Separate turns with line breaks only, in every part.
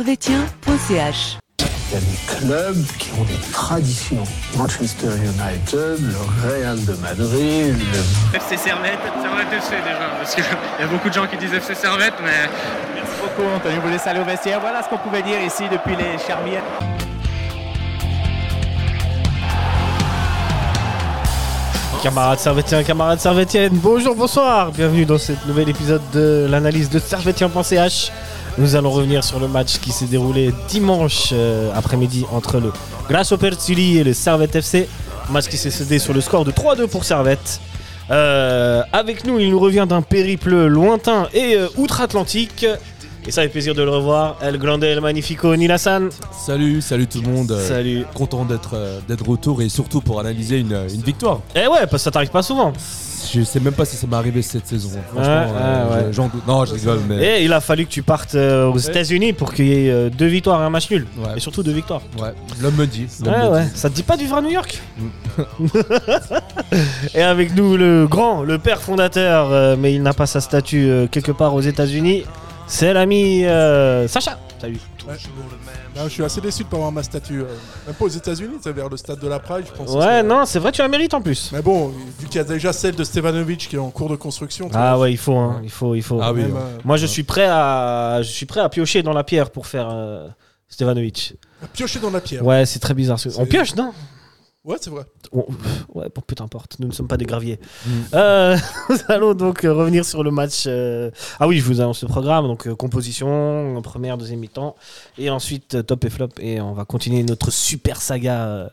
servetien.ch.
Il y a des clubs qui ont des traditions. Manchester United, le Real de Madrid, le-
FC Servette, Servette FC déjà, parce qu'il y a beaucoup de gens qui disent FC Servette, mais
Merci beaucoup, Antonio Boulet, aller au vestiaire. Voilà ce qu'on pouvait dire ici depuis les Charmières.
Camarades servétiens, camarades servétiennes, bonjour, bonsoir, bienvenue dans ce nouvel épisode de l'analyse de servétien.ch. Nous allons revenir sur le match qui s'est déroulé dimanche euh, après-midi entre le Grasso Perzulli et le Servette FC. Match qui s'est cédé sur le score de 3-2 pour Servette. Euh, avec nous, il nous revient d'un périple lointain et euh, outre-Atlantique. Et ça fait plaisir de le revoir. El Grande, El Magnifico, Nilassan.
Salut, salut tout le monde. Euh,
Salut.
Content d'être euh, d'être retour et surtout pour analyser une, une victoire.
Eh ouais, parce que ça t'arrive pas souvent.
Je sais même pas si ça m'est arrivé cette saison. Franchement,
Ouais,
euh,
ouais,
je-
ouais.
j'en doute. Non, je rigole, mais.
Et Eh, il a fallu que tu partes euh, aux États-Unis pour qu'il y ait euh, deux victoires et un match nul.
Ouais.
Et surtout deux victoires.
Ouais, l'homme me dit. l'homme
Ouais,
me
ouais.
dit.
Ça te dit pas du vivre à New York Et avec nous, le grand, le père fondateur, euh, mais il n'a pas sa statue euh, quelque part aux États-Unis, c'est l'ami euh, Sacha. Salut.
Là, je suis assez déçu de pas avoir ma statue. euh, Même pas aux États-Unis, c'est vers le stade de la Pride, je pense. que
Ouais,
c'est-
non, c'est vrai, tu la mérites en plus.
Mais bon, vu qu'il y a déjà celle de Stevanovic qui est en cours de construction. tu
Ah
vois,
ouais, il faut, hein, il faut, il faut.
Ah oui.
même,
hein.
euh,
Moi, je suis prêt à, je suis prêt à piocher dans la pierre pour faire euh, Stevanovic.
piocher dans la pierre. Ouais,
Ouais, c'est très bizarre. ce- On
C'est-
pioche, non
c'est vrai.
On- Ouais, bon, peu importe, nous ne sommes pas des graviers.
Hmm.
Euh, nous allons donc euh, revenir sur le match. euh, Ah oui, je vous annonce le programme. Donc, euh, composition, première, deuxième mi-temps. Et ensuite, euh, top et flop. Et on va continuer notre super saga euh,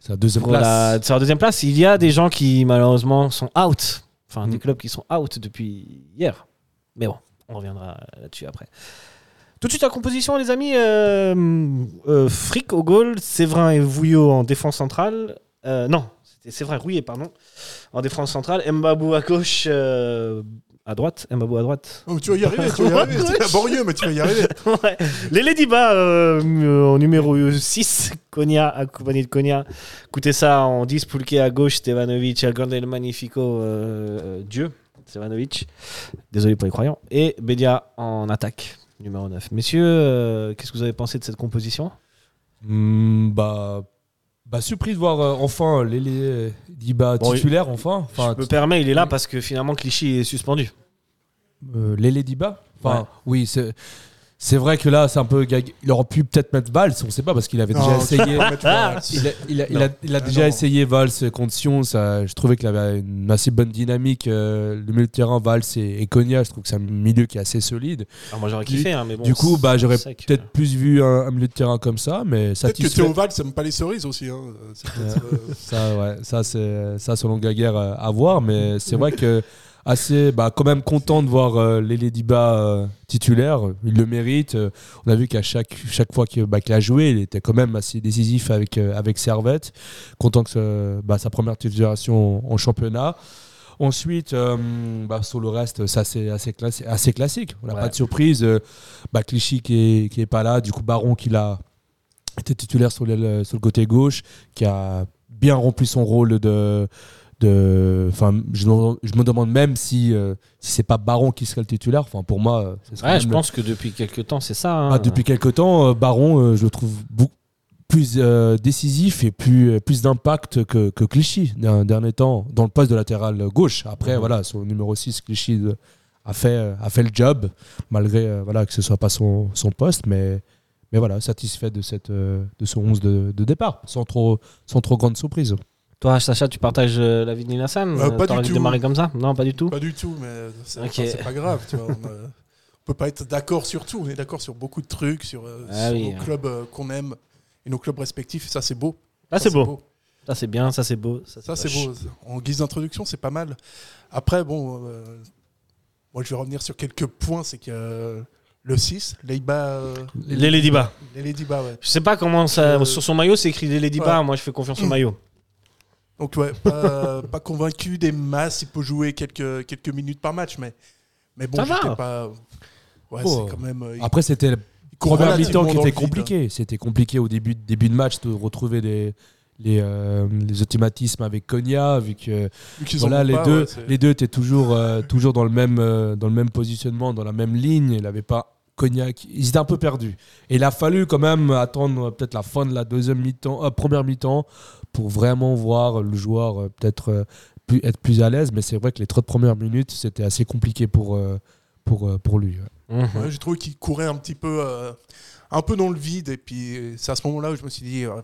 C'est la deuxième
pour la,
place.
sur la deuxième place. Il y a des gens qui, malheureusement, sont out. Enfin, des
Mm.
clubs qui sont out depuis hier. Mais bon, on reviendra là-dessus après. Tout de suite, la composition, les amis. Euh, euh, Frick au goal, Séverin et Vouillot en défense centrale. Euh, non, c'était Séverin Rouillet, pardon. En défense centrale. Mbabou à gauche, euh, à droite. Mbabou à droite.
Oh, tu vas y arriver, tu vas y arriver.
Ouais.
C'est laborieux, mais tu vas y arriver.
Ouais. Les Ladyba euh, euh, en numéro 6, Konya, accompagné de Konya. Écoutez ça en 10, Pulke à gauche, Stevanovic, Algonde El Magnifico, euh, euh, Dieu, Stevanovic. Désolé pour les croyants. Et Bedia en attaque, numéro 9. Messieurs, euh, qu'est-ce que vous avez pensé de cette composition
Hmm, bah, bah, surpris de voir euh, enfin Lélé Diba
Bon,
titulaire, enfin.
Je
enfin
me permets, il est là parce que finalement Clichy est suspendu.
Euh, Lélé Diba Enfin,
Ouais.
oui, c'est. C'est vrai que là, c'est un peu gag. Il aurait pu peut-être mettre Valls, on sait pas, parce qu'il avait
Non,
déjà
tu
essayé.
Ah,
peux pas mettre Valls.
Il a, il a- il a- il a
Ah,
déjà
non.
essayé Valls euh, contre Sion. Ça, je trouvais qu'il avait une assez bonne dynamique. euh, le milieu de terrain, Valls et, et Konya, je trouve que c'est un milieu qui est assez solide.
Alors moi j'aurais
Du-
kiffé, hein, mais bon.
du coup, bah, j'aurais
c'est sec.
peut-être plus vu un, un milieu de terrain comme ça, mais
euh. Peut-être que
satisfait.
Théo Valls aime pas les cerises aussi. hein. C'est peut-être, euh,
Ça, ouais, ça, c'est, ça, selon Gaguerre, euh, à voir. Mais c'est vrai que assez, bah, quand même content de voir euh, les Lady titulaire. Il le mérite. Euh, on a vu qu'à chaque, chaque fois que, bah, qu'il a joué, il était quand même assez décisif avec, euh, avec Servette. Content que ce- bah, sa première titularisation en, en championnat. Ensuite, euh, bah, sur le reste, ça c'est assez, classi- assez classique. On n'a
Ouais.
pas de surprise. Euh, bah, Clichy qui est, qui est pas là, du coup Baron qui l'a été titulaire sur le, sur le côté gauche, qui a bien rempli son rôle de. de enfin, je, me- je me demande même si, euh, si c'est pas Baron qui serait le titulaire. Enfin, pour moi, euh, ce serait
hein. Ouais,
même
je
le-
pense que depuis quelques temps, c'est ça. hein.
ah, depuis quelques temps, euh, Baron, euh, je le trouve beaucoup plus euh, décisif et plus, euh, plus d'impact que, que Clichy d'un dernier temps dans le poste de latéral gauche. Après,
Mhm.
voilà, son numéro 6, Clichy euh, a fait, euh, a fait le job, malgré euh, voilà, que ce soit pas son, son poste, mais, mais voilà, satisfait de, cette, euh, de son 11 de, de départ, sans trop, sans trop grande surprise.
Toi, Sacha, tu partages euh, l'avis de Nina Sam
Euh, pas du tout.
démarrer comme ça Non, pas du tout.
pas du tout, mais c'est
Ok.
enfin, c'est pas grave. Tu vois, on, euh, on peut pas être d'accord sur tout. On est d'accord sur beaucoup de trucs, sur, euh,
Ah
sur
oui,
nos
hein.
clubs euh, qu'on aime et nos clubs respectifs. Ça, c'est beau.
Ah,
Ça,
c'est beau. Ça c'est bien, ça c'est beau.
Ça, c'est
moche.
beau. En guise d'introduction, c'est pas mal. Après, bon, euh, moi, je vais revenir sur quelques points. C'est que euh, le 6, Leiba. euh,
Les Ladyba.
les Ladyba, ouais.
Je sais pas comment ça.
Euh, Mmh.
Sur son maillot, c'est écrit les Ladyba. Moi, je fais confiance au maillot.
Donc, ouais, pas, pas convaincu des masses. Il peut jouer quelques, quelques minutes par match, mais, mais bon,
Ça va.
j'étais pas. Ouais,
Oh.
c'est quand même. euh, il-
Après, c'était
il court
Première
relativement
mi-temps qui
dans le
était
vide, hein.
compliqué. C'était compliqué au début, début de match de retrouver les, les, euh, les automatismes avec Konya, vu que
Vu qu'ils en
voilà,
ont
les,
pas,
deux,
ouais, c'est-
les deux étaient toujours, euh, toujours dans, le même, euh, dans le même positionnement, dans la même ligne. Il n'avait pas Cognac, ils étaient un peu perdus. Et il a fallu quand même attendre euh, peut-être la fin de la deuxième mi-temps, euh, première mi-temps, pour vraiment voir le joueur euh, peut-être euh, plus- être plus à l'aise. Mais c'est vrai que les trois premières minutes, c'était assez compliqué pour, euh, pour, euh, pour lui. ouais.
Mmh.
Ouais, J'ai trouvé qu'il courait un petit peu, euh, un peu dans le vide. Et puis, c'est à ce moment-là où je me suis dit, euh,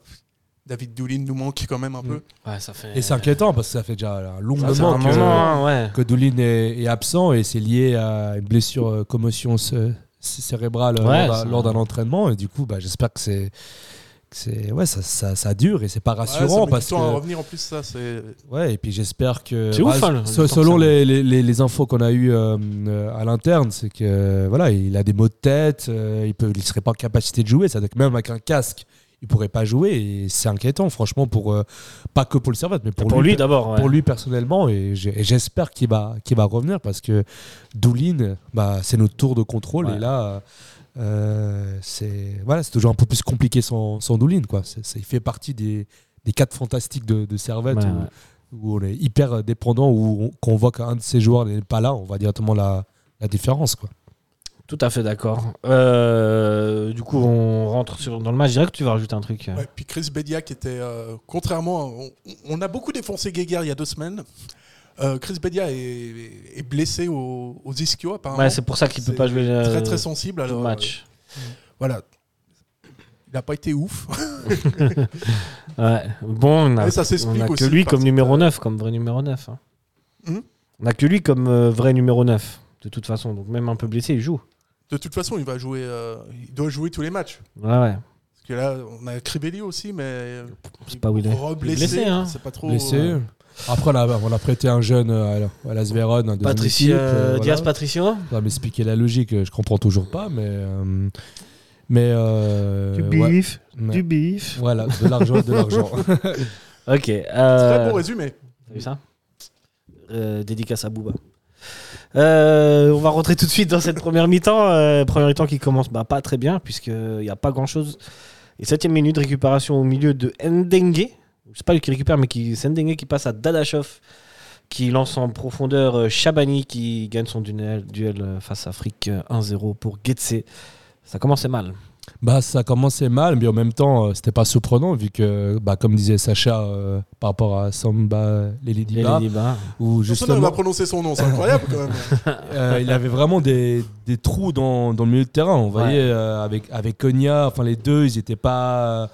David Doulin nous manque quand même un
Mm.
peu.
Ouais, ça fait.
Et c'est inquiétant parce que ça fait déjà un long
Ça fait
moment
un
que-
moment, hein, ouais.
que Doulin est, est absent et c'est lié à une blessure euh, commotion cé- cérébrale euh,
Ouais,
lors d'un-
ça-
lors d'un entraînement et du coup bah, j'espère que c'est que c'est ouais ça, ça, ça dure et c'est pas
Ouais, ça met
rassurant
du
parce
temps à
que
revenir en plus, ça, c'est.
ouais et puis j'espère que
C'est ouf, hein, le-
se-
le temps que
selon
ça
les, les, les- les infos qu'on a eues euh, euh, à l'interne c'est que euh, voilà il a des maux de tête euh, il peut il serait pas en capacité de jouer ça veut dire que même avec un casque il pourrait pas jouer et c'est inquiétant franchement pour euh, pas que pour le Servette mais pour,
Pour lui
lui
d'abord. ouais.
pour lui personnellement et j'ai- et j'espère qu'il va, qu'il va revenir parce que Doulin, bah, c'est notre tour de contrôle
Ouais.
et là, euh, c'est voilà, c'est toujours un peu plus compliqué sans, sans Doulin. Quoi. C'est- c'est- il fait partie des, des quatre fantastiques de, de Servette
Ouais,
où,
ouais.
où on est hyper dépendant, où on, qu'on voit qu'un de ces joueurs n'est pas là, on va directement la, la différence. Quoi.
Tout à fait d'accord. Euh, du coup, on rentre sur, dans le match direct. Tu vas rajouter un truc. euh.
Ouais, puis Chris Bedia qui était, euh, contrairement, à- on, on a beaucoup défoncé Guéguerre il y a deux semaines. Euh, Chris Bedia est, est blessé aux, aux ischios apparemment.
Ouais, c'est pour ça qu'il peut
C'est
pas jouer le
très très sensible.
le
Alors,
match.
euh, voilà, il n'a pas été ouf.
Ouais. Bon, on a,
Ouais, ça s'explique
on a que
aussi
lui
parce
comme
que-
numéro 9, comme vrai numéro 9. hein.
Hmm
on a que lui comme euh, vrai numéro 9, de toute façon. Donc même un peu blessé, il joue.
De toute façon, il va jouer, euh, il doit jouer tous les matchs.
Ouais, ouais.
Parce que là, on a Cribelli aussi, mais euh,
C'est pas où il est.
re-blessé,
Il est blessé, hein.
c'est pas trop.
Blessé.
euh,
Après, on a, on a prêté un jeune à la- à Las Véron, un deuxième équipe,
Patricio,
euh, voilà.
Diaz Patricio
Ça va m'expliquer la logique, je comprends toujours pas, mais. euh, mais. euh, ouais. Ouais.
bif.
Voilà, de l'argent, de l'argent.
Ok.
Très
Euh,
bon résumé.
t'as vu ça Euh, Dédicace à Booba. Euh, on va rentrer tout de suite dans cette première mi-temps. Euh, première mi-temps qui commence bah, pas très bien, puisqu'il n'y a pas grand-chose. Et septième minute, récupération au milieu de Ndengue. C'est pas lui qui récupère, mais qui, c'est Ndengue qui passe à Dadashov, qui lance en profondeur euh, Chabani, qui gagne son duel, duel euh, face à Frick euh, 1-0 pour Getse. Ça commençait mal.
bah, ça commençait mal, mais en même temps, euh, c'était pas surprenant, vu que, bah, comme disait Sacha euh, par rapport à Samba
Les
Lelidiba,
Libyens.
où
Personne n'a
justement,
prononcé son nom, c'est incroyable quand même.
euh, il avait vraiment des, des trous dans, dans le milieu de terrain. On voyait euh, avec, avec Konya, enfin, les deux, ils étaient pas.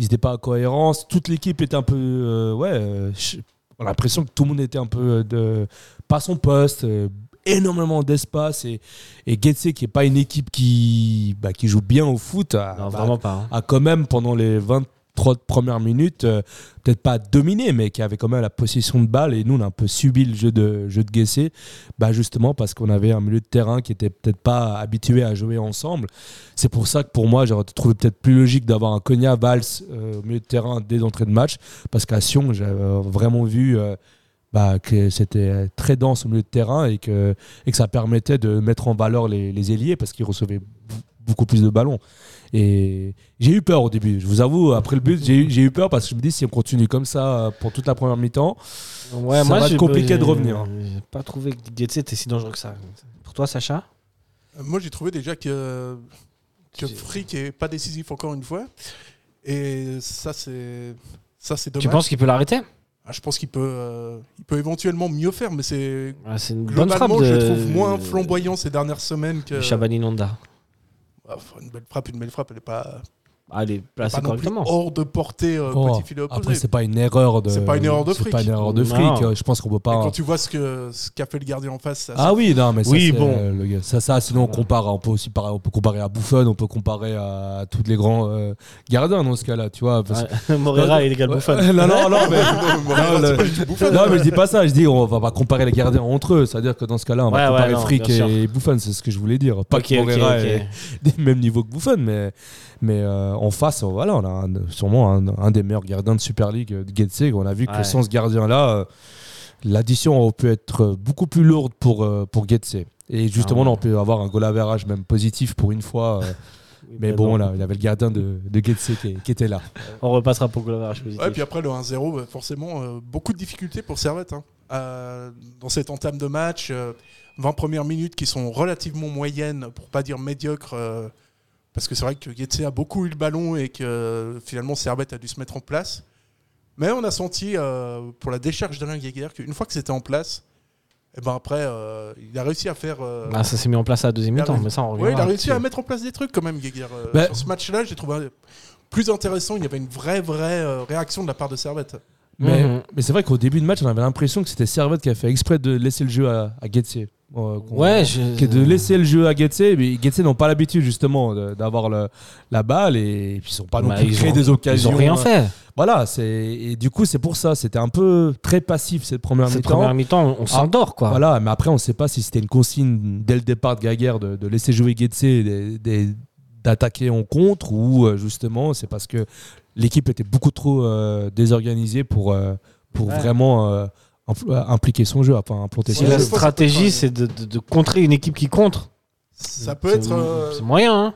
Ils n'étaient pas en cohérence. Toute l'équipe était un peu. euh, ouais, euh, ch- on a l'impression que tout le monde était un peu. euh, De, pas à son poste. euh, énormément d'espace et, et Getse qui est pas une équipe qui, bah, qui joue bien au foot a,
Non,
ah,
bah,
vraiment pas. hein.
a quand même pendant les 23 premières minutes euh, peut-être pas dominé mais qui avait quand même la possession de balle et nous on a un peu subi le jeu de, jeu de Getse bah, justement parce qu'on avait un milieu de terrain qui était peut-être pas habitué à jouer ensemble c'est pour ça que pour moi j'aurais trouvé peut-être plus logique d'avoir un Konya Valls euh, au milieu de terrain dès l'entrée de match parce qu'à Sion j'avais vraiment vu euh, bah, que c'était très dense au milieu de terrain et que, et que ça permettait de mettre en valeur les, les ailiers parce qu'ils recevaient b- beaucoup plus de ballons. Et j'ai eu peur au début, je vous avoue, après le but, j'ai eu- j'ai eu peur parce que je me dis si on continue comme ça euh, pour toute la première mi-temps,
Ouais,
Ça
moi,
va être
j'ai-
compliqué de
j'ai-
revenir. hein.
J'ai pas trouvé que Getse était si dangereux que ça. Pour toi, Sacha
Euh, Moi, j'ai trouvé déjà que, que
J'ai-
Frick est pas décisif encore une fois. Et ça, c'est ça c'est dommage.
Tu penses qu'il peut l'arrêter
Ah, je pense qu'il peut, euh, il peut éventuellement mieux faire, mais c'est
Ouais, C'est une bonne frappe.
globalement,
De...
je le trouve moins flamboyant ces dernières semaines que.
de Shabani Nonda.
Ah, enfin, une belle frappe, une belle frappe, elle est pas,
Allez, Ah, placé
pas non plus
correctement.
hors de portée euh,
Oh,
petit filet
après
opposé.
c'est pas une erreur de
C'est pas une erreur de
c'est
fric.
pas une erreur de fric.
Non.
Euh, je pense qu'on peut
Et
pas
quand tu vois ce que ce qu'a fait le gardien en face, ça,
Ah oui, non, mais ça,
Oui,
c'est,
bon.
euh, le gars. ça, ça, sinon on compare, on peut aussi parer- on peut comparer à Buffon, on peut comparer à tous les grands euh, gardiens dans ce cas-là, tu vois. parce que-
Ouais, Morera et les
Ouais.
Buffon.
non, non, non, mais, non, le- non, mais je dis pas ça, je dis on va pas comparer les gardiens entre eux, c'est-à-dire que dans ce cas-là, on
Ouais,
va
ouais,
comparer
non,
Frick
bien sûr.
et Buffon, c'est ce que je voulais dire. Pas
Ok,
que
ok,
Morera
ok.
est du même niveau que Buffon, mais, mais euh, en face, euh, voilà, on a un- sûrement un, un des meilleurs gardiens de Super League, euh, de Getse, on a vu que
Ouais.
sans ce gardien-là, euh, l'addition aurait pu être euh, beaucoup plus lourde pour, euh, pour Getse. Et
Ah
justement,
ouais.
là, on peut avoir un goal average même positif pour une fois. euh, mais bon, là, il avait le gardien de, de Getse qui, qui était là.
On repassera pour Glover. positif.
Ouais, puis après le 1-0, bah, forcément, euh, beaucoup de difficultés pour Servette. hein. euh, dans cette entame de match. euh, 20 premières minutes qui sont relativement moyennes, pour pas dire médiocres, euh, parce que c'est vrai que Getse a beaucoup eu le ballon et que euh, finalement Servette a dû se mettre en place. Mais on a senti, euh, pour la décharge d'Alain Guéguer, qu'une fois que c'était en place, et ben après, euh, il a réussi à faire. euh,
Ah, ça s'est mis en place à la deuxième
il a
mi-temps,
réussi-
mais ça, on
Ouais,
reviendra.
il a réussi à
dessus.
mettre en place des trucs quand même, Guéguer. Euh,
Bah-
Sur ce match-là, j'ai trouvé euh, plus intéressant. Il y avait une vraie, vraie euh, réaction de la part de Servette.
Mais,
Mhm.
mais c'est vrai qu'au début de match, on avait l'impression que c'était Servette qui a fait exprès de laisser le jeu à, à Guetze. Euh, qu'on-
Ouais, je-
que de laisser le jeu à Getse, mais Getse n'ont pas l'habitude justement de- d'avoir le- la balle et puis ils sont pas non
Bah,
plus
ils
créés
ont-
des occasions. euh,
Ils ont rien
euh,
fait.
Voilà, c'est et du coup c'est pour ça, c'était un peu très passif cette première
Cette
mi-temps.
première mi-temps,
Ah,
on s'endort, quoi.
Voilà, mais après on ne sait pas si c'était une consigne dès le départ de Gaguerre de, de laisser jouer Getse et des- des- d'attaquer en contre ou euh, justement c'est parce que l'équipe était beaucoup trop euh, désorganisée pour euh, pour
Ouais.
vraiment euh, impl- impliquer son jeu, enfin implanter
Si
son
Ouais,
la
je
jeu.
pense que ça peut
stratégie,
être-
c'est de, de- de contrer une équipe qui contre,
Ça peut
c'est-
être. euh,
c'est moyen, hein.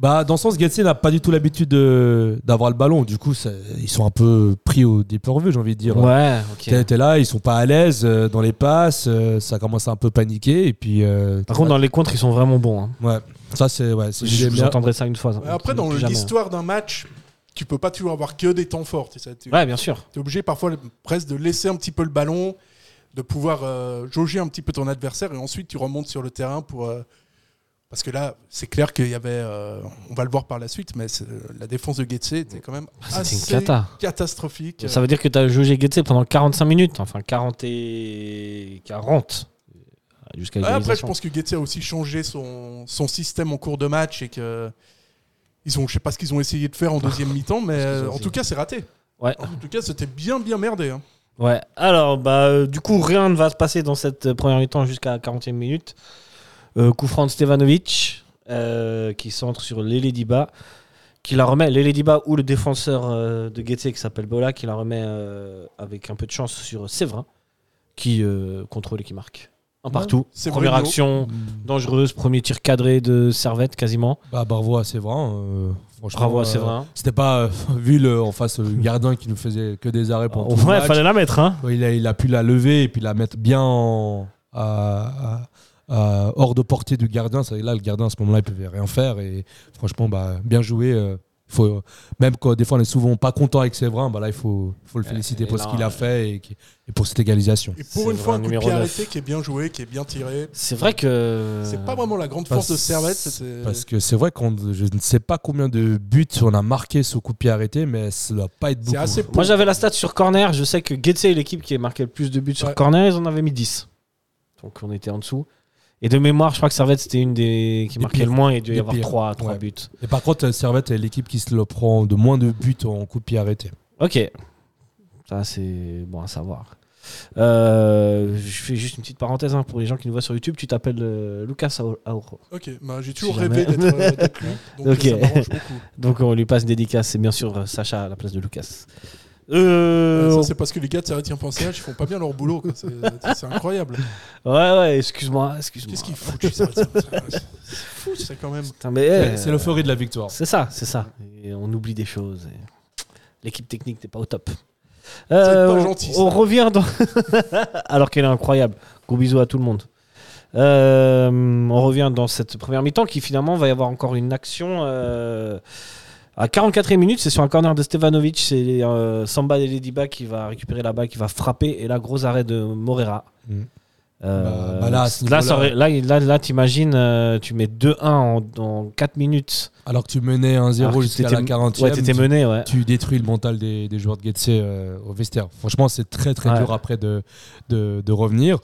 Bah, dans le sens, Getse n'a pas du tout l'habitude de- d'avoir le ballon. Du coup, ça- ils sont un peu pris au dépourvu, j'ai envie de dire.
Ouais, ok.
T'es t'es là, ils sont pas à l'aise euh, dans les passes, euh, ça commence à un peu paniquer. Et puis, euh,
Par contre, dans les contres, ils sont vraiment bons. hein.
ouais, ça c'est ouais, c'est-
Je-
j'aime bien.
J'entendrai ça une fois. hein.
Après, dans
Plus jamais,
l'histoire d'un match, tu peux pas toujours avoir que des temps forts. Tu sais, tu
hein. Ouais, bien sûr.
es obligé parfois presque de laisser un petit peu le ballon, de pouvoir euh, jauger un petit peu ton adversaire et ensuite tu remontes sur le terrain pour. euh, parce que là, c'est clair qu'il y avait. euh, on va le voir par la suite, mais c'est- euh, la défense de Getse était quand même
Ah, C'était une
assez
cata.
catastrophique.
Ça veut dire que tu as jaugé Getse pendant 45 minutes, enfin 40 et 40 jusqu'à
Ouais, après, je
l'égalisation.
pense que Getty a aussi changé son, son système en cours de match et que ils ont, je sais pas ce qu'ils ont essayé de faire en deuxième mi-temps, mais
qu'ils ont
euh, en
essayé.
tout cas, c'est raté.
Ouais.
En tout cas, c'était bien, bien merdé. hein.
Ouais. Alors bah euh, du coup rien ne va se passer dans cette euh, première mi-temps jusqu'à la 40e minute. Euh, coup franc de Stevanovic euh, qui centre sur Lele Diba qui la remet Lele Diba ou le défenseur euh, de Getse qui s'appelle Bola qui la remet euh, avec un peu de chance sur Séverin qui euh, contrôle et qui marque. Un partout.
c'est
Première
Bruno.
action dangereuse, premier tir cadré de Servette quasiment.
Bah, bravo à Séverin. euh, franchement,
Bravo
euh,
à Séverin.
C'était pas euh, vu le, en face le gardien qui nous faisait que des arrêts pendant
Euh, Ouais,
tout le match.
fallait la mettre, hein.
Ouais, Il a, il a pu la lever et puis la mettre bien en- à- à- à- hors de portée du gardien. Ça, Là, le gardien à ce moment-là, il pouvait rien faire. Et franchement, bah, bien joué. euh, faut, euh, même quand des fois on est souvent pas content avec Séverin, bah là, il faut, faut le féliciter pour
là,
ce qu'il
euh,
a fait et, qui- et pour cette égalisation.
Et
C'est
pour une fois, un coup de
numéro
pied
neuf. Euh,
arrêté qui est bien joué, qui est bien tiré.
C'est vrai que.
C'est pas vraiment la grande force de Servette. c'était-
Parce que c'est vrai qu'on je ne sais pas combien de buts on a marqué sous coup de pied arrêté, mais ça doit pas être beaucoup.
C'est assez
Moi
pauvre.
j'avais la stat sur corner, je sais que Getse est l'équipe qui a marqué le plus de buts sur
Ouais.
corner, ils en avaient mis 10. Donc on était en dessous. Et de mémoire, je crois que Servette c'était une des qui
Des
marquait
pires.
le moins et il doit y
Des
avoir
pires.
3, 3
Ouais.
buts.
Et par contre, euh, Servette est l'équipe qui se le prend de moins de buts en coup de pied arrêté.
Ok. Ça c'est bon à savoir. Euh, je fais juste une petite parenthèse hein, pour les gens qui nous voient sur YouTube. Tu t'appelles euh, Lucas Ao- Auro.
Ok, bah, j'ai toujours
Si
rêvé
jamais.
d'être euh, d'être lui. Donc
Ok.
ça m'arrange beaucoup.
Donc on lui passe une dédicace. C'est bien sûr euh, Sacha à la place de Lucas. Euh,
Ça, c'est parce que les gars de Servette Pensage, ils font pas bien leur boulot. quoi. C'est c'est incroyable.
Ouais, ouais, excuse-moi. excuse-moi.
Qu'est-ce qu'ils foutent chez Servette C'est fou, ça quand même.
Putain, mais,
C'est-
eh,
C'est l'euphorie de la victoire.
C'est ça, c'est ça. Et on oublie des choses. et L'équipe technique n'est pas au top.
pas
on-
gentil, ça.
on, revient dans. Alors qu'elle est incroyable. Gros bisous à tout le monde. Euh, on revient dans cette première mi-temps qui finalement va y avoir encore une action. euh, à 44 e minute, c'est sur un corner de Stevanovic. C'est euh, Samba Delediba qui va récupérer la balle, qui va frapper. Et là, gros arrêt de Morera.
Mm.
Euh,
Bah, bah là, à ce
là,
niveau-là-
ça aurait- là, il- là, là, t'imagines, euh, tu mets 2-1 en, en 4 minutes.
Alors que tu menais 1-0
Alors que
jusqu'à
t'étais-
la 40e,
Ouais, t'étais
tu-
mené, ouais.
tu détruis le mental des, des joueurs de Getse euh, au vestiaire. Franchement, c'est très très
Ouais.
dur après de, de, de revenir.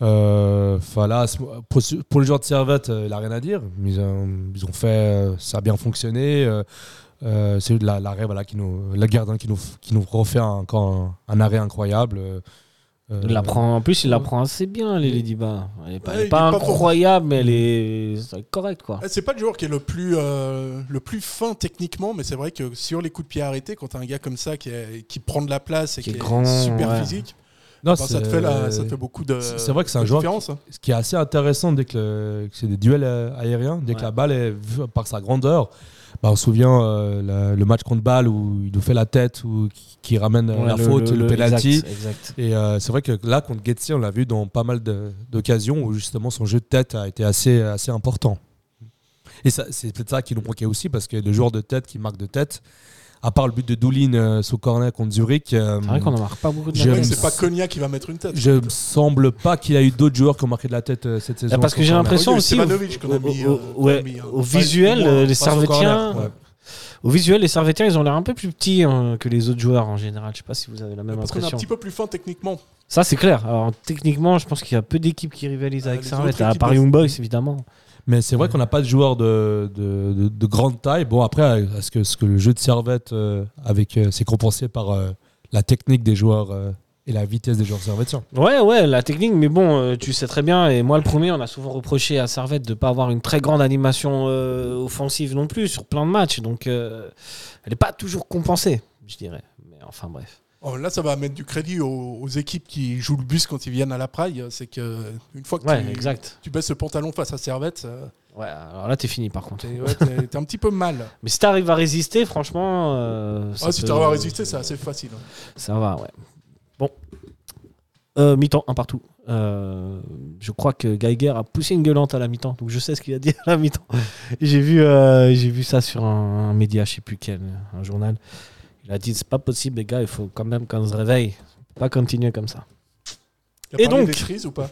Euh, enfin, là, à ce mo- pour, ce- pour les joueurs de Servette, euh, il n'a rien à dire. Ils ont, ils ont fait, euh, ça a bien fonctionné. Euh, euh, c'est la- l'arrêt, voilà, qui nous, le gardien qui nous, qui nous refait un- encore un, un arrêt incroyable. Euh,
Il la
euh,
prend, en plus, il la prend assez bien, les Ladybugs. Elle est pas,
Ouais,
elle est
il
pas
est pas
incroyable, mais elle est c'est correcte, quoi.
Ah, C'est pas le joueur qui est le plus, euh, le plus fin techniquement, mais c'est vrai que sur les coups de pied arrêtés, quand t'as un gars comme ça qui, est- qui prend de la place et
Qui est
qui, est,
grand,
super
ouais.
physique,
Ah,
Non,
ben, ça, te
c'est-
fait la- ça te fait beaucoup de.
c'est- c'est vrai que c'est un
de
joueur
différence, hein.
ce qui est assez intéressant dès que, le- que c'est des duels euh, aériens, dès
Ouais.
que la balle est vue par sa grandeur, Bah, on se souvient euh, la- le match contre Bâle où il nous fait la tête, ou qui, qui ramène euh,
Ouais,
la faute, le, penalty.
Exact, exact.
Et euh, c'est vrai que là, contre Getsi, on l'a vu dans pas mal de- d'occasions où justement son jeu de tête a été assez, assez important. Et ça- c'est peut-être ça qui nous manquait aussi parce que le joueur de tête qui marque de tête, à part le but de Doulin euh, sous corner contre Zurich, euh,
C'est vrai qu'on en marque pas beaucoup de
Je
la
Hum. Ouais,
me
tête.
C'est pas Cognac qui va mettre une tête.
je me semble pas qu'il y a eu d'autres joueurs qui ont marqué de la tête euh, cette saison.
Bah, parce que
sur
j'ai
corner.
l'impression
Ah Oui,
aussi,
c'est
au,
Ivanovic qu'on a mis,
au-
euh,
au- ouais,
qu'on a mis, hein.
au visuel,
Pas-
euh, les
pas sur
Servetiens,
corner, ouais.
au visuel, les Servetiens, ils ont l'air un peu plus petits hein, que les autres joueurs en général. Je sais pas si vous avez la même
Parce qu'on est un
impression.
petit peu plus fin techniquement.
Ça, c'est clair. Alors, techniquement, je pense qu'il y a peu d'équipes qui rivalisent
Euh,
avec
les
Servette,
autres
à
équipes
part
de-
Young Boys, évidemment.
Mais c'est vrai qu'on n'a pas de joueurs de, de, de- de grande taille. Bon, après, est-ce que, est-ce que le jeu de servette, euh, avec, euh, c'est compensé par euh, la technique des joueurs euh, et la vitesse des joueurs hein. servetiens
Ouais, ouais, la technique, mais bon, euh, tu sais très bien, et moi le premier, on a souvent reproché à Servette de ne pas avoir une très grande animation euh, offensive non plus sur plein de matchs, donc euh, elle n'est pas toujours compensée, je dirais. Mais enfin, bref.
Oh, là, ça va mettre du crédit aux, aux équipes qui jouent le bus quand ils viennent à la praille. C'est que une fois que
Ouais,
tu,
exact.
tu baisses le pantalon face à Servette, ça-
Ouais, alors là, t'es fini par contre.
t'es ouais, t'es- t'es un petit peu mal.
Mais si t'arrives à résister, franchement. euh, ça
Ah, si
peut-
tu arrives à résister, c'est assez facile. hein.
Ça va, ouais. Bon. Euh, mi-temps, un partout. Euh, je crois que Geiger a poussé une gueulante à la mi-temps, donc je sais ce qu'il a dit à la mi-temps. J'ai vu, euh, j'ai vu ça sur un, un média, je sais plus quel, un journal. Il a dit c'est pas possible, les gars, il faut quand même qu'on se réveille. Faut Pas continuer comme ça.
Il a
Et
parlé
donc
des cerises ou pas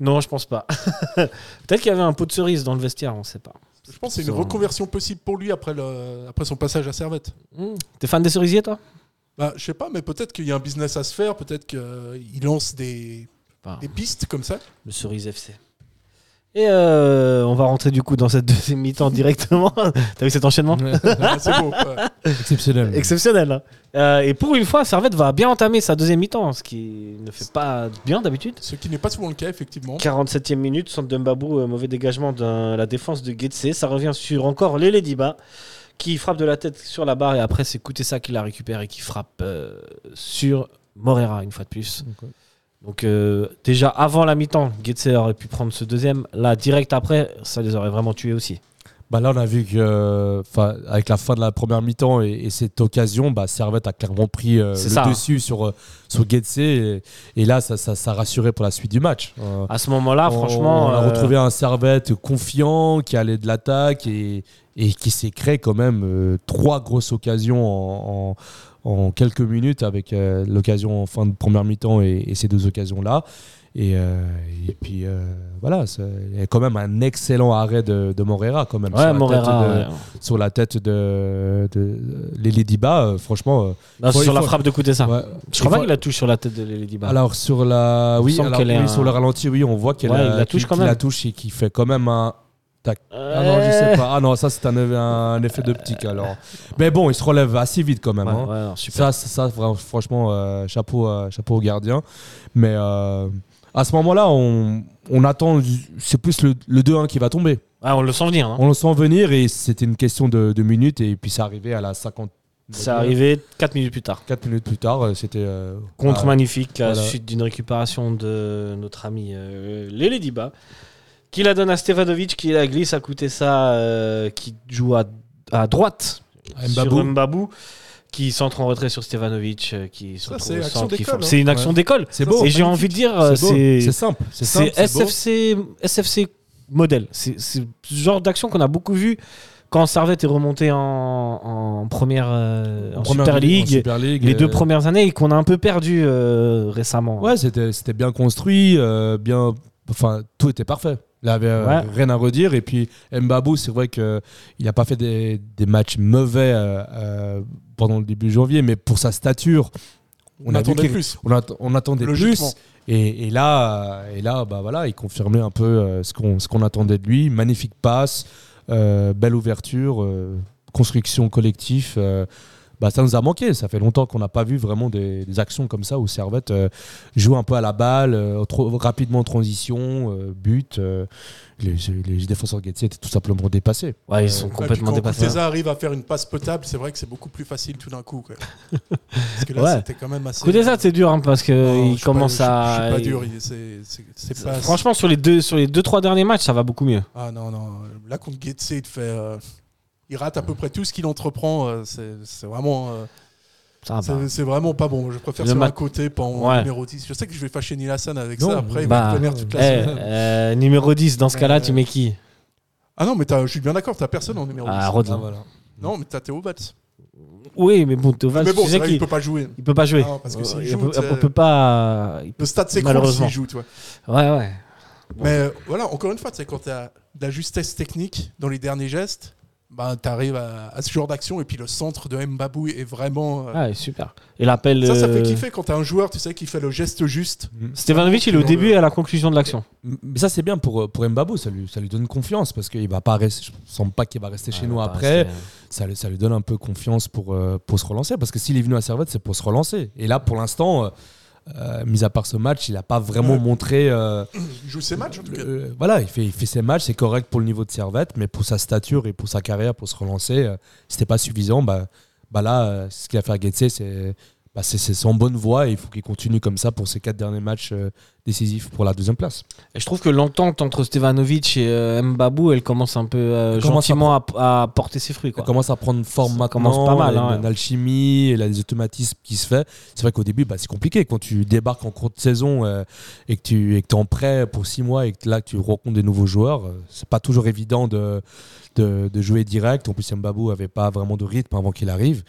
Non, je pense pas. Peut-être qu'il y avait un pot de cerise dans le vestiaire, on sait pas.
Je pense que c'est
Ça-
une reconversion possible pour lui après, le, après son passage à Servette.
Hmm. T'es fan des cerisiers, toi
Bah, je sais pas, mais peut-être qu'il y a un business à se faire, peut-être qu'il lance des,
Pas.
des pistes comme ça.
Le Cerise FC. Et euh, on va rentrer du coup dans cette deuxième mi-temps directement. T'as vu cet enchaînement
Ah, c'est beau. ouais.
Exceptionnel.
Exceptionnel. hein. Euh, et pour une fois, Servette va bien entamer sa deuxième mi-temps, ce qui ne fait pas bien d'habitude.
Ce qui n'est pas souvent le cas, effectivement.
47e minute, centre de Mbabou, euh, mauvais dégagement de la défense de Guetze. Ça revient sur encore les Ladyba qui frappe de la tête sur la barre et après c'est ça qui la récupère et qui frappe euh, sur Morera une fois de plus.
Ok.
Donc euh, déjà avant la mi-temps, Guetze aurait pu prendre ce deuxième. Là, direct après, ça les aurait vraiment tués aussi.
Bah là, on a vu que, euh, 'fin, avec la fin de la première mi-temps et, et cette occasion, bah, Servette a clairement pris euh, le
C'est ça, hein.
dessus sur, euh, sur Guetze. Et, et là, ça, ça, ça rassurait pour la suite du match. Euh,
À ce moment-là,
on-
franchement,
On a
euh,
retrouvé un Servette confiant, qui allait de l'attaque et, et qui s'est créé quand même euh, trois grosses occasions en, en- en quelques minutes avec euh, l'occasion en fin de première mi-temps et, et ces deux occasions-là. Et, euh, et puis euh, voilà, c'est- il y a quand même un excellent arrêt de, de Morera quand même. sur la
ouais,
tête
Morera.
de-
ouais.
Sur la tête de, de Lely Diba, euh, franchement. euh,
Non, c'est
Faut-
sur
il
la
faut-
frappe de coup d'essai.
ouais.
Je crois pas
Il faut-
qu'il la touche sur la tête de Ladyba.
alors sur la,
Bah. Il me
oui,
semble
alors,
qu'elle est
oui,
un-
sur le ralenti, oui, on voit qu'elle
Ouais,
a-
il la
qu'il-
touche quand
qu'il
même.
la touche et qui fait quand même un. tac. Ah non, je
Euh,
sais pas. Ah non, ça c'est un, un effet d'optique alors. Mais bon, il se relève assez vite quand même.
Ouais,
hein.
ouais, alors, super.
ça, ça, ça, vra- franchement, euh, chapeau, euh, chapeau au gardien. Mais euh, à ce moment-là, on, on attend. C'est plus le, le 2-1 qui va tomber.
Ah, on le sent venir. hein.
On le sent venir et c'était une question de, de minutes et puis c'est arrivé à la 50.
C'est arrivé 4 minutes plus tard.
4 minutes plus tard, euh, c'était. euh,
Contre
à-
magnifique, à la
voilà.
suite d'une récupération de notre ami euh, Lele Diba, qui la donne à Stevanovic, qui la glisse à coûter ça, euh, qui joue à, à droite
à Mbabou.
sur Mbabou, qui centre en retrait sur Stevanovic, euh, qui se
Ça,
retrouve
c'est
au
action
centre, qui
d'école,
frappe.
hein.
C'est une action
Ouais.
d'école.
C'est beau.
Et j'ai envie de dire, euh,
C'est beau.
c'est
C'est simple. C'est simple.
C'est
c'est beau.
SFC, SFC modèle. C'est c'est ce genre d'action qu'on a beaucoup vu quand Servette est remonté en, en première, euh, en
Première
Super
minute, en
League,
Super League,
les deux
euh,
premières années et qu'on a un peu perdu euh, récemment.
Ouais, c'était c'était bien construit, euh, bien. Enfin, tout était parfait. Il avait euh,
Ouais.
rien à redire. Et puis, Mbabou, c'est vrai qu'il n'a pas fait des, des matchs mauvais euh, euh, pendant le début janvier, mais pour sa stature,
On,
on, a vu
attendait
qu'il-
plus.
on, att- on attendait
Logiquement.
plus. Et, et là, euh, et là bah voilà, il confirmait un peu euh, ce qu'on ce qu'on attendait de lui. Magnifique passe, euh, belle ouverture, euh, construction collective. euh, bah, ça nous a manqué. Ça fait longtemps qu'on n'a pas vu vraiment des, des actions comme ça où Servette euh, joue un peu à la balle, euh, trop- rapidement en transition, euh, but. euh, les, les défenseurs de Getsy étaient tout simplement dépassés.
Ouais, ils sont
Ouais,
Ouais,
complètement
puis Bah, quand
dépassés.
Cortesa arrive à faire une passe potable, c'est vrai que c'est beaucoup plus facile tout d'un coup. quoi. Parce que là,
Ouais.
c'était quand même assez.
Coup des c'est dur hein, parce qu'il
Non, je suis pas-
commence
je-
à.
Je suis pas
il-
dur. il- c'est- c'est- c'est pas-
Franchement, sur les deux, sur les deux trois derniers matchs, ça va beaucoup mieux.
Ah non, non. Là, contre Getse, il te fait. euh, il rate à peu près tout ce qu'il entreprend. euh, C'est c'est vraiment, euh,
Ça va. Eh,
c'est- c'est vraiment pas bon. Je préfère
Ah bah. Le
sur un
mat-
côté pendant
Ouais.
numéro 10. Je sais que je vais fâcher Nilassan avec
Non,
ça. Après, il
bah,
va me connaître toute la
Eh,
semaine.
euh, numéro 10, dans ce cas-là, tu mets qui
Ah non, mais t'as- je suis bien d'accord, t'as personne en numéro 10.
Ah, Rodin.
Non, mais t'as Théo Valls.
Oui, mais bon, Thomas,
mais bon,
Bah, tu sais
c'est vrai, il
qu'il
peut pas jouer.
il peut pas jouer. Euh,
Ah, parce que s'il
Il
joue,
peut-
t'sais-
on peut pas. il-
Le stade, c'est cool
Malheureusement.
s'il joue, tu vois.
Ouais, ouais.
Mais euh, voilà, encore une fois, tu sais, quand tu as de la justesse technique dans les derniers gestes, ben, tu arrives à, à ce genre d'action. Et puis le centre de Mbabou est vraiment. euh,
Ah, super. Et l'appel.
Ça, ça
euh,
fait kiffer quand tu as un joueur, tu sais, qui fait le geste juste.
Stevanovic, il est au
Dans
début
le-
et à la conclusion de l'action.
Mais ça, c'est bien pour, euh, pour Mbabo, ça lui, ça lui donne confiance parce qu'il va pas rester, je sens pas qu'il va rester chez nous
Ouais,
après.
bah,
Ça, lui- ça lui donne un peu confiance pour, euh, pour se relancer parce que s'il est venu à Servette, c'est pour se relancer. Et là, pour l'instant, euh, euh, mis à part ce match, il a pas vraiment montré. euh,
Il joue ses matchs, en tout cas.
euh, voilà, il fait, il fait ses matchs, c'est correct pour le niveau de Servette, mais pour sa stature et pour sa carrière, pour se relancer, euh, c'était pas suffisant. Bah, bah là, euh, ce qu'il a fait à Getse, c'est bah, c'est- c'est sans bonne voie et il faut qu'il continue comme ça pour ses quatre derniers matchs euh, décisifs pour la deuxième place.
Et je trouve que l'entente entre Stevanovic et euh, Mbabou, elle commence un peu euh,
Elle commence
gentiment à, à porter ses fruits.
Ça
Quoi.
commence à prendre forme
Ça
maintenant.
commence pas mal,
il y a
hein,
une
ouais.
alchimie, il y a des automatismes qui se fait. C'est vrai qu'au début, bah, c'est compliqué. Quand tu débarques en cours de saison euh, et que tu et que es en prêt pour six mois et que là, tu rencontres des nouveaux joueurs, euh, c'est pas toujours évident de, de, de jouer direct. En plus, Mbabou avait pas vraiment de rythme avant qu'il arrive.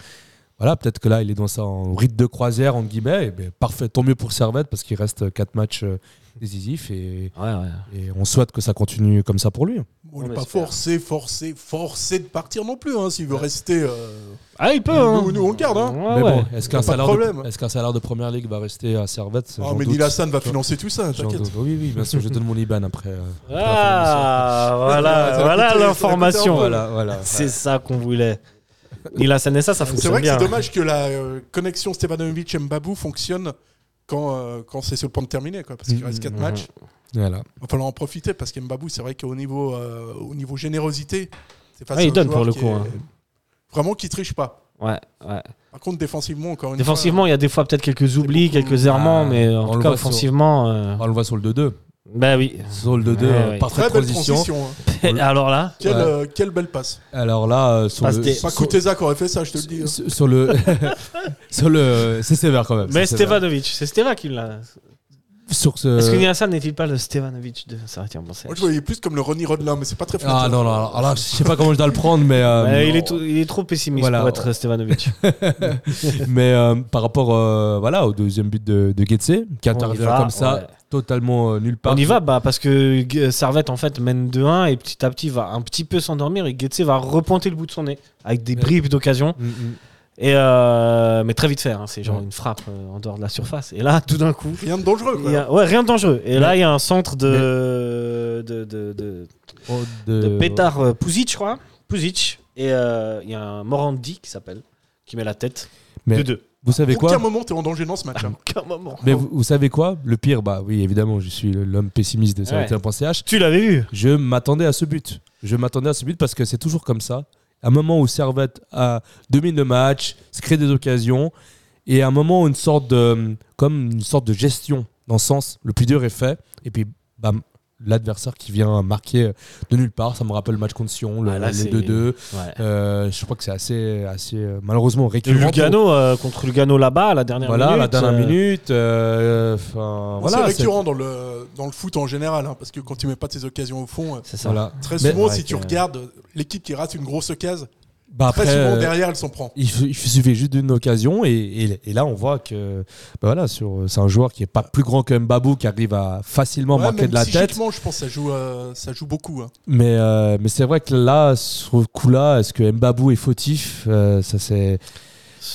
Voilà, peut-être que là, il est dans ça en rythme de croisière, entre guillemets. Et ben, parfait, tant mieux pour Servette parce qu'il reste quatre matchs euh, décisifs et,
Ouais, ouais.
et on souhaite que ça continue comme ça pour lui.
Bon, il
on
n'est pas
l'espère.
forcé, forcé, forcé de partir non plus. hein, S'il veut rester, euh,
Ah, il peut. hein.
nous, nous, on le garde. Hein.
Ouais, ouais.
Mais bon, est-ce
Y
qu'un
a pas de
salaire, de-
problème.
est-ce qu'un salaire de première ligue va rester à Servette
Ah,
J'en
mais
doute.
Nilassan va financer tout ça,
J'en
t'inquiète.
doute. Oui, oui, bien sûr, je donne mon IBAN après. euh, après la fin
Ah, voilà,
Ça
voilà
va coûter- ça va coûter un
l'information.
peu,
de l'émission. Voilà, voilà.
C'est ça qu'on voulait. Il a ça, ça
C'est
fonctionne
vrai que
bien. hein.
c'est dommage que la euh, connexion Stevanovic-Mbabou fonctionne quand, euh, quand c'est sur le point de terminer, quoi, parce qu'il
Mhm.
reste 4
Mhm.
matchs.
Voilà.
mm.
Il va falloir en profiter parce qu'Mbabou, c'est vrai qu'au niveau, euh, au niveau générosité, c'est face
Ouais,
à
il
un
donne pour
joueur
le
qui
coup,
est-
hein.
Vraiment qui triche pas.
Ouais, ouais.
Par contre, défensivement, encore une
Défensivement, il y a des fois peut-être quelques oublis,
beaucoup-
quelques errements,
Ah,
mais
on
en tout
le
cas,
voit sur-
offensivement. euh,
Ah, on le voit sur le 2-2.
Bah oui.
Sur le 2-2,
Ouais,
euh,
ouais.
fois,
parfaite
très belle
transition.
transition. hein.
Alors là,
Quelle,
Ouais.
euh, quelle belle passe.
Alors là, euh, sur
Passe
le.
des-
Pas
sur-
Kuteza qui aurait fait ça, je te le dis. hein.
sur- sur le. sur le. euh, C'est sévère quand même.
mais
c'est sévère.
Stevanovic, c'est Steva qui l'a.
Euh. Sur ce.
Est-ce que Nielsen n'est-il pas le Stevanovic de Saratian Pensée
Moi, je voyais plus comme le Ronnie Rodelin, mais c'est pas très flatteur.
Ah non, non, alors là, je sais pas comment je dois le prendre, mais. euh,
il, est tout- il est trop pessimiste
Voilà.
pour être Stevanovic.
Mais euh, par rapport euh, voilà, au deuxième but de, de Guetze, qui intervient
va,
comme ça,
ouais.
totalement euh, nulle part.
On y va bah, parce que Gu- Servette en fait mène 2-1 et petit à petit va un petit peu s'endormir et Guetze va repointer le bout de son nez avec des
Ouais.
bribes d'occasion.
Mm, mm.
Et euh, mais très vite fait, hein, c'est genre
Ouais.
une frappe euh, en dehors de la surface. Et là, tout d'un coup,
Rien de dangereux.
il
quoi.
y a- ouais, rien de dangereux. Et là, il y a un centre de, de, de, de-
Oh,
de Petar euh, Puzic, je crois. Puzic. Et euh, il y a un Morandi qui s'appelle, qui met la tête
Mais-
de deux.
Vous savez
Aucun
quoi
moment, t'es en danger dans ce match. hein.
Aucun moment.
mais vous, vous savez quoi Le pire, bah oui, évidemment, je suis l'homme pessimiste de
Ouais.
Servetien.ch.
Tu l'avais vu
Je m'attendais à ce but. Je m'attendais à ce but parce que c'est toujours comme ça. À un moment où Servette a, domine le match, se crée des occasions, et à un moment où une sorte de, comme une sorte de gestion, dans le sens, le plus dur est fait, et puis bam, l'adversaire qui vient marquer de nulle part. Ça me rappelle le match contre Sion, le
Ah, là,
le
c'est-
2-2.
ouais.
Euh, je crois que c'est assez, assez euh, malheureusement
Et
récurrent.
Lugano euh, contre Lugano là-bas, à la dernière
Voilà,
minute.
la dernière
euh,
minute. euh, enfin, voilà,
c'est
c'est-
récurrent dans le, dans le foot en général, hein, parce que quand tu mets pas tes occasions au fond, euh,
C'est ça.
Voilà.
très
Mais-
souvent,
ouais,
si tu
que-
regardes euh, l'équipe qui rate une grosse occasion,
bah,
très
après,
souvent
euh,
derrière, elle s'en prend.
il, f- il suffit juste d'une occasion et, et- et là on voit que bah voilà, sur- c'est un joueur qui est pas plus grand que Mbabou qui arrive à facilement
Ouais,
marquer
même
de la tête.
psychiquement, je pense que ça joue, euh, ça joue beaucoup. hein.
Mais, euh, mais c'est vrai que là, sur le coup-là, est-ce que Mbabou est fautif Euh, Ça c'est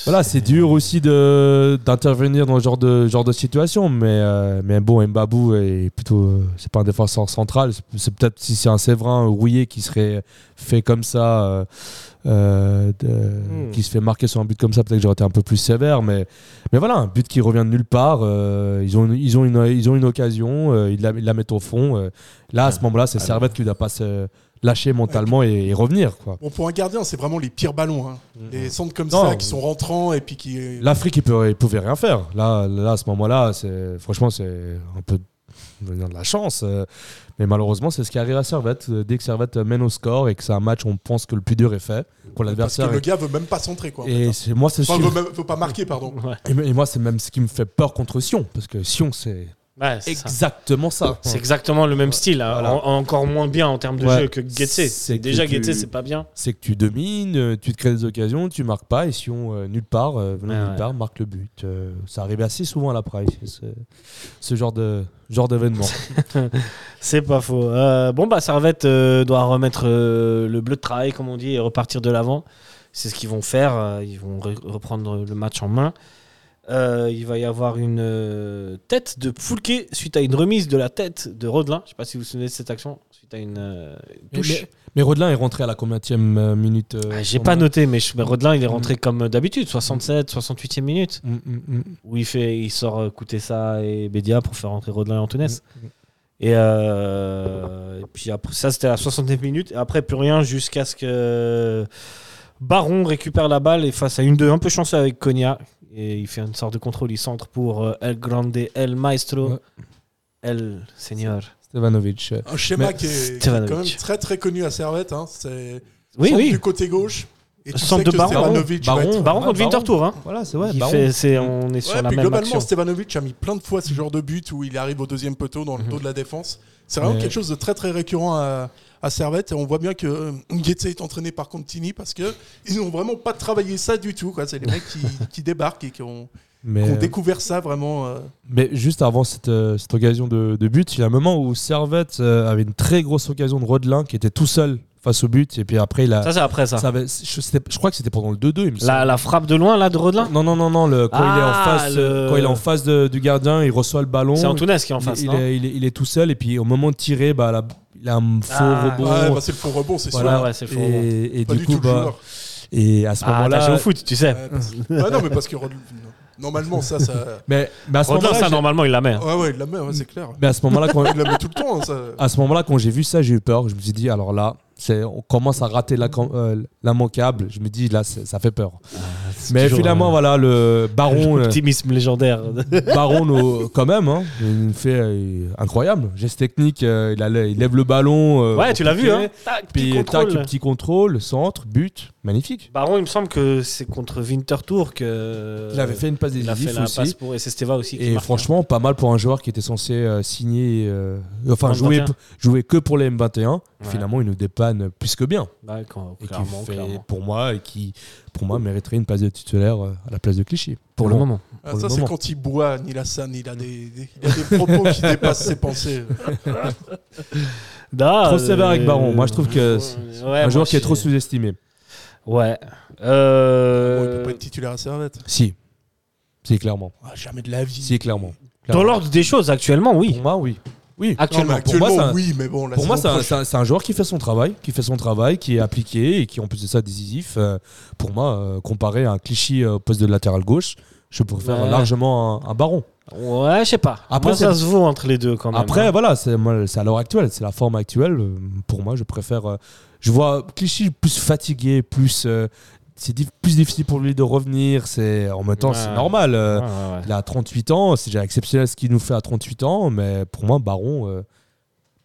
voilà, c'est dur aussi de d'intervenir dans ce genre de genre de situation. Mais euh, mais bon, Mbabou est plutôt euh, c'est pas un défenseur central. C'est- C'est peut-être si c'est un Séverin rouillé qui serait fait comme ça, euh, euh, de-
Hmm.
qui se fait marquer sur un but comme ça, peut-être que j'aurais été un peu plus sévère. Mais mais voilà, un but qui revient de nulle part. euh, ils ont une- ils ont une ils ont une occasion. euh, ils, la, ils la mettent au fond. euh. là à ce moment-là, c'est Servette qui doit pas se lâcher mentalement et, et revenir quoi.
Bon, pour un gardien, c'est vraiment les pires ballons. hein. Les centres comme
Mm, Non.
ça qui sont rentrants et puis qui.
L'Afrique, il pouvait, il pouvait rien faire. Là, là à ce moment-là, c'est franchement, c'est un peu venir de la chance. euh, Mais malheureusement, c'est ce qui arrive à Servette. Euh, Dès que Servette mène au score et que c'est un match, on pense que le plus dur est fait. Pour
Parce que
l'adversaire.
le
Et,
gars veut même pas centrer, quoi. en fait,
et
hein.
c'est- moi, c'est
Enfin,
sûr-
veut, même- veut pas marquer, pardon.
Ouais.
Et, et moi, c'est même ce qui me fait peur contre Sion. Parce que Sion, c'est
Ouais, c'est ça.
exactement ça.
C'est exactement le même style, hein.
Voilà.
En- encore moins bien en termes de
Ouais.
jeu que Getse.
C'est que
Déjà
tu-
Getse, c'est pas bien.
C'est que tu domines, euh, tu te crées des occasions, tu marques pas. Et Sion, euh, nulle part, euh, venant de
Ouais,
nulle
Ah ouais.
part, marque le but. Euh, ça arrive assez souvent à la Pride, ce, ce genre de genre d'événement.
C'est pas faux. Euh, bon, bah, Servette euh, doit remettre euh, le bleu de travail, comme on dit, et repartir de l'avant. C'est ce qu'ils vont faire. euh, Ils vont re- reprendre le match en main. Euh, il va y avoir une euh, tête de Foulquet suite à une remise de la tête de Rodelin. Je sais pas si vous vous souvenez de cette action. Suite à une euh, touche.
Mais, mais Rodelin est rentré à la combienième euh, minute euh,
Ah, J'ai
en-
pas noté, mais je- mais Rodelin, il est rentré comme d'habitude, 67, 68e minute.
Mm, mm, mm.
où il, fait, il sort euh, Koutessa et Bédia pour faire rentrer Rodelin et Antunes.
Mm.
Et, euh, et puis après, ça, c'était à 69 minutes. Et après, plus rien jusqu'à ce que Baron récupère la balle et face à une 2 un peu chanceux avec Konya. Et il fait une sorte de contrôle. Il centre pour euh, El Grande, El Maestro,
Ouais.
El Señor.
Stevanovic. euh,
Un schéma
Mais
qui est, qui est
Stevanovic.
quand même très très connu à Servette. Hein. C'est
Oui,
centre
oui.
du côté gauche. Et tu
Centre
sais
de
que
Baron.
Stevanovic va
Baron.
être-
Baron contre
Baron.
Winterthur. Hein.
Voilà, c'est vrai.
Il
Baron.
fait- c'est- on est sur
Ouais,
la
puis
même
globalement,
action.
Stevanovic a mis plein de fois ce genre de but où il arrive au deuxième poteau dans le dos de la défense. C'est vraiment
Mhm. Mais-
quelque chose de très très récurrent à, à Servette. Et on voit bien que euh, Guetze est entraîné par Contini parce que ils n'ont vraiment pas travaillé ça du tout. quoi. C'est les mecs qui, qui débarquent et qui ont, qui
Mais, euh,
ont découvert ça vraiment. euh,
mais juste avant cette, euh, cette occasion de, de but, il y a un moment où Servette euh, avait une très grosse occasion de Rodelin qui était tout seul face au but. Et puis après, il a.
Ça, c'est après ça.
ça avait- je, c'était- je crois que c'était pendant le 2-2, il me
la,
semble.
la frappe de loin, là, de Rodelin.
Non, non, non, non. le- quand, il est en
Ah,
face, euh,
le-
quand il est en face de- du gardien, il reçoit le ballon.
C'est Antunes qui est en face.
il,
non
est, il est- il est tout seul. Et puis au moment de tirer, bah, la- il a un faux
Ah.
rebond.
ouais, bah, c'est le faux rebond, c'est
Voilà,
sûr.
ouais, c'est le faux rebond.
et, et
Pas
du
du
coup,
tout le
bah,
joueur.
et à ce
Ah,
moment-là.
attaché au foot, tu sais.
Ouais, parce- Ouais, non, mais parce que Rod- normalement, ça, ça.
Mais, mais à ce
Rodelin,
moment-là,
ça,
j'ai-
normalement, il la met. hein.
Ouais, ouais, il la met, ouais, c'est clair.
mais à ce moment-là, quand,
Il la met tout le temps. hein, ça.
à ce moment-là, quand j'ai vu ça, j'ai eu peur. Je me suis dit, alors là, c'est, on commence à rater la, com- euh, l'immanquable. Je me dis, là, c'est- ça fait peur. Mais
toujours,
finalement,
euh,
voilà, le baron, euh,
Optimisme légendaire.
baron nous- quand même, hein, il nous fait euh, incroyable. Geste technique, euh, il, allait- il lève le ballon. euh,
ouais,
pour
tu l'as vu,
piquer.
hein. Tac,
Puis
petit
tac,
contrôle.
petit contrôle, centre, but, magnifique.
Baron, il me semble que c'est contre Winterthur que.
Il avait fait une passe
Euh, il a fait
décisive
la
aussi.
passe pour. Et c'est Steva aussi qui
Et
marque, hein.
franchement, pas mal pour un joueur qui était censé euh, signer, euh, enfin
Dans le
jouer,
21.
jouer que pour les M21.
Ouais.
Finalement, il nous dépanne plus que bien.
hein. Ouais, quand-
et qui
clairement,
fait,
clairement.
pour moi et qui pour moi mériterait une place de titulaire euh, à la place de Clichy
Pour le moment.
Ah,
pour le
ça, c'est
moment.
quand il boit, Nilassan, il a des, des- il a des propos qui dépassent ses pensées.
Bah,
Trop sévère
euh,
avec Baron. Moi, je trouve que c'est un joueur qui est trop
sous.
sous-estimé
Ouais.
Bon,
Euh,
Oh, il peut pas être titulaire à Servette.
si si clairement
Ah, jamais de la vie.
si clairement,
Dans
Clairement.
l'ordre des choses, actuellement,
pour
oui.
moi oui oui
Non, mais
Actuellement.
pour moi,
actuellement,
c'est un-
oui, mais bon, la
pour moi c'est un,
saison prochaine-
c'est un- c'est un joueur qui fait son travail qui fait son travail qui est appliqué et qui en plus de ça décisif Euh, pour moi euh, comparé à un Clichy euh, au poste de latéral gauche je préfère
Ouais.
largement un, un baron
Ouais, je sais pas.
Après,
Après, ça
c'est-
se vaut entre les deux quand même.
Après,
hein.
voilà, c'est moi, c'est à l'heure actuelle, c'est la forme actuelle. Euh, Pour moi, je préfère. euh, Je vois Clichy plus fatigué, plus. euh, C'est dif- plus difficile pour lui de revenir. C'est en même temps, c'est
Ouais.
normal. euh,
Ouais, ouais, ouais.
Il a 38 ans, c'est déjà exceptionnel ce qu'il nous fait à 38 ans, mais pour moi, Baron, euh,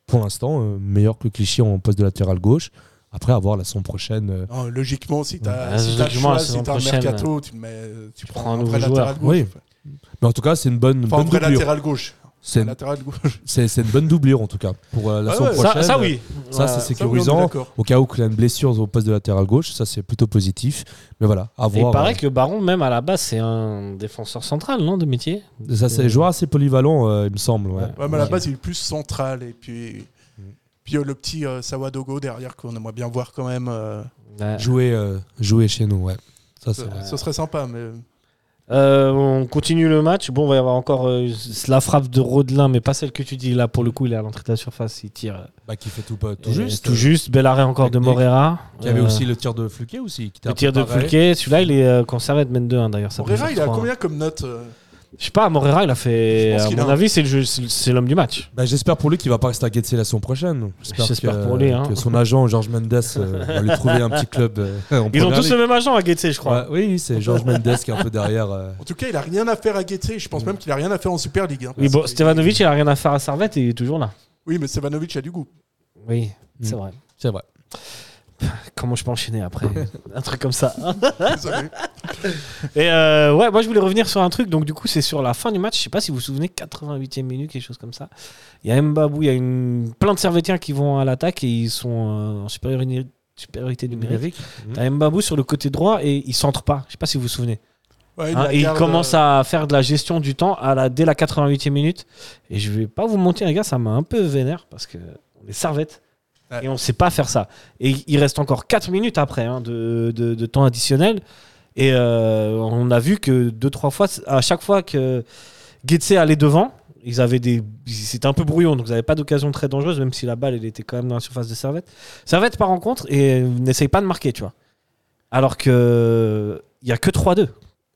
pour l'instant, euh, meilleur que Clichy en poste de latéral gauche. Après, avoir la saison prochaine. euh,
Non, logiquement, si t'as
Ouais,
si t'as le
logiquement, la
choix,
saison
si t'as un
prochaine,
mercato, tu, le mets, euh, tu prends,
prends un
un, vrai
nouveau
latéral gauche.
joueur. Oui. Mais en tout cas, c'est une bonne,
Enfin, un
bonne
vrai
doublure.
latéral gauche.
C'est
Un
une,
latéral gauche.
c'est- c'est une bonne doublure, en tout cas, pour euh, la
Ah
saison
ouais,
prochaine.
Ça, ça, oui.
Ça,
Ouais.
c'est
Ça, oui, on est
sécurisant.
d'accord.
Au cas où qu'il y a une blessure au poste de latéral gauche, ça c'est plutôt positif. Mais voilà, à
Et
voir.
il paraît
euh,
que Baron, même à la base, c'est un défenseur central, non, de métier
euh,
Euh,
Ça c'est un joueur assez polyvalent, euh, il me semble. ouais.
Ouais, mais à la
Ouais.
base, il est plus central. Et puis, puis euh, le petit euh, Sawadogo derrière qu'on aimerait bien voir quand même. euh,
Ouais.
Jouer, euh, jouer chez nous, ouais. Ça Ah, c'est vrai.
ce, ce serait sympa, mais
Euh, on continue le match. Bon, il va y avoir encore euh, la frappe de Rodelin, mais pas celle que tu dis. Là, pour le coup, il est à l'entrée de la surface. Il tire euh,
Bah, qui fait tout, pas- tout
euh,
juste.
Tout juste. Bel arrêt encore de
Technique.
Morera.
Il y avait
Euh,
aussi le tir de Fluquet aussi. Qui était
le
un peu
tir de
pareil.
Fulquet. Celui-là, il est euh, conservé de mène 2-1 d'ailleurs. ça peut
Herrera,
faire
il a
trois, hein.
combien comme note euh,
Je sais pas, Morera, il a fait. euh,
Je pense
À
qu'il
mon
a un-
avis, c'est le jeu- c'est c'est l'homme du match.
Bah, J'espère pour lui qu'il va pas rester à Getsé la saison prochaine.
J'espère
que-
pour lui, hein.
que son agent, George Mendes, euh, va lui trouver un petit club. euh, en
Ils ont
première
tous le
ligue.
même agent à Getse, je crois.
Ouais, oui, oui, c'est George Mendes qui est un peu derrière. euh,
En tout cas, il a rien à faire à Guetté. Je pense
Mm.
même qu'il a rien à faire en Super League. hein,
Oui,
parce
bon,
que-
Stevanovic, il a rien à faire à Servette et il est toujours là.
Oui, mais Stevanovic a du goût.
Oui, c'est
Mm.
vrai.
C'est vrai.
Comment je peux enchaîner après Un truc comme ça.
Désolé.
Et euh, ouais, moi je voulais revenir sur un truc. Donc du coup, c'est sur la fin du match. Je sais pas si vous vous souvenez, 88e minute, quelque chose comme ça. Il y a Mbabou, il y a une... plein de Servétiens qui vont à l'attaque et ils sont euh, en supériori- supériorité numérique. T'as Mbabou sur le côté droit et il centre pas. Je sais pas si vous vous souvenez.
Ouais,
Hein,
la
et il
garde,
commence
euh,
à faire de la gestion du temps à la, dès la 88e minute. Et je vais pas vous mentir, les gars, ça m'a un peu vénère parce que on est servette
Ouais.
et on sait pas faire ça. Et il reste encore 4 minutes après hein, de, de- de temps additionnel. Et euh, on a vu que deux trois fois, à chaque fois que Getse allait devant, ils avaient des, c'était un peu brouillon, donc ils n'avaient pas d'occasion très dangereuse, même si la balle elle était quand même dans la surface de Servette. Servette par rencontre et n'essaye pas de marquer, tu vois. Alors que il y a que 3-2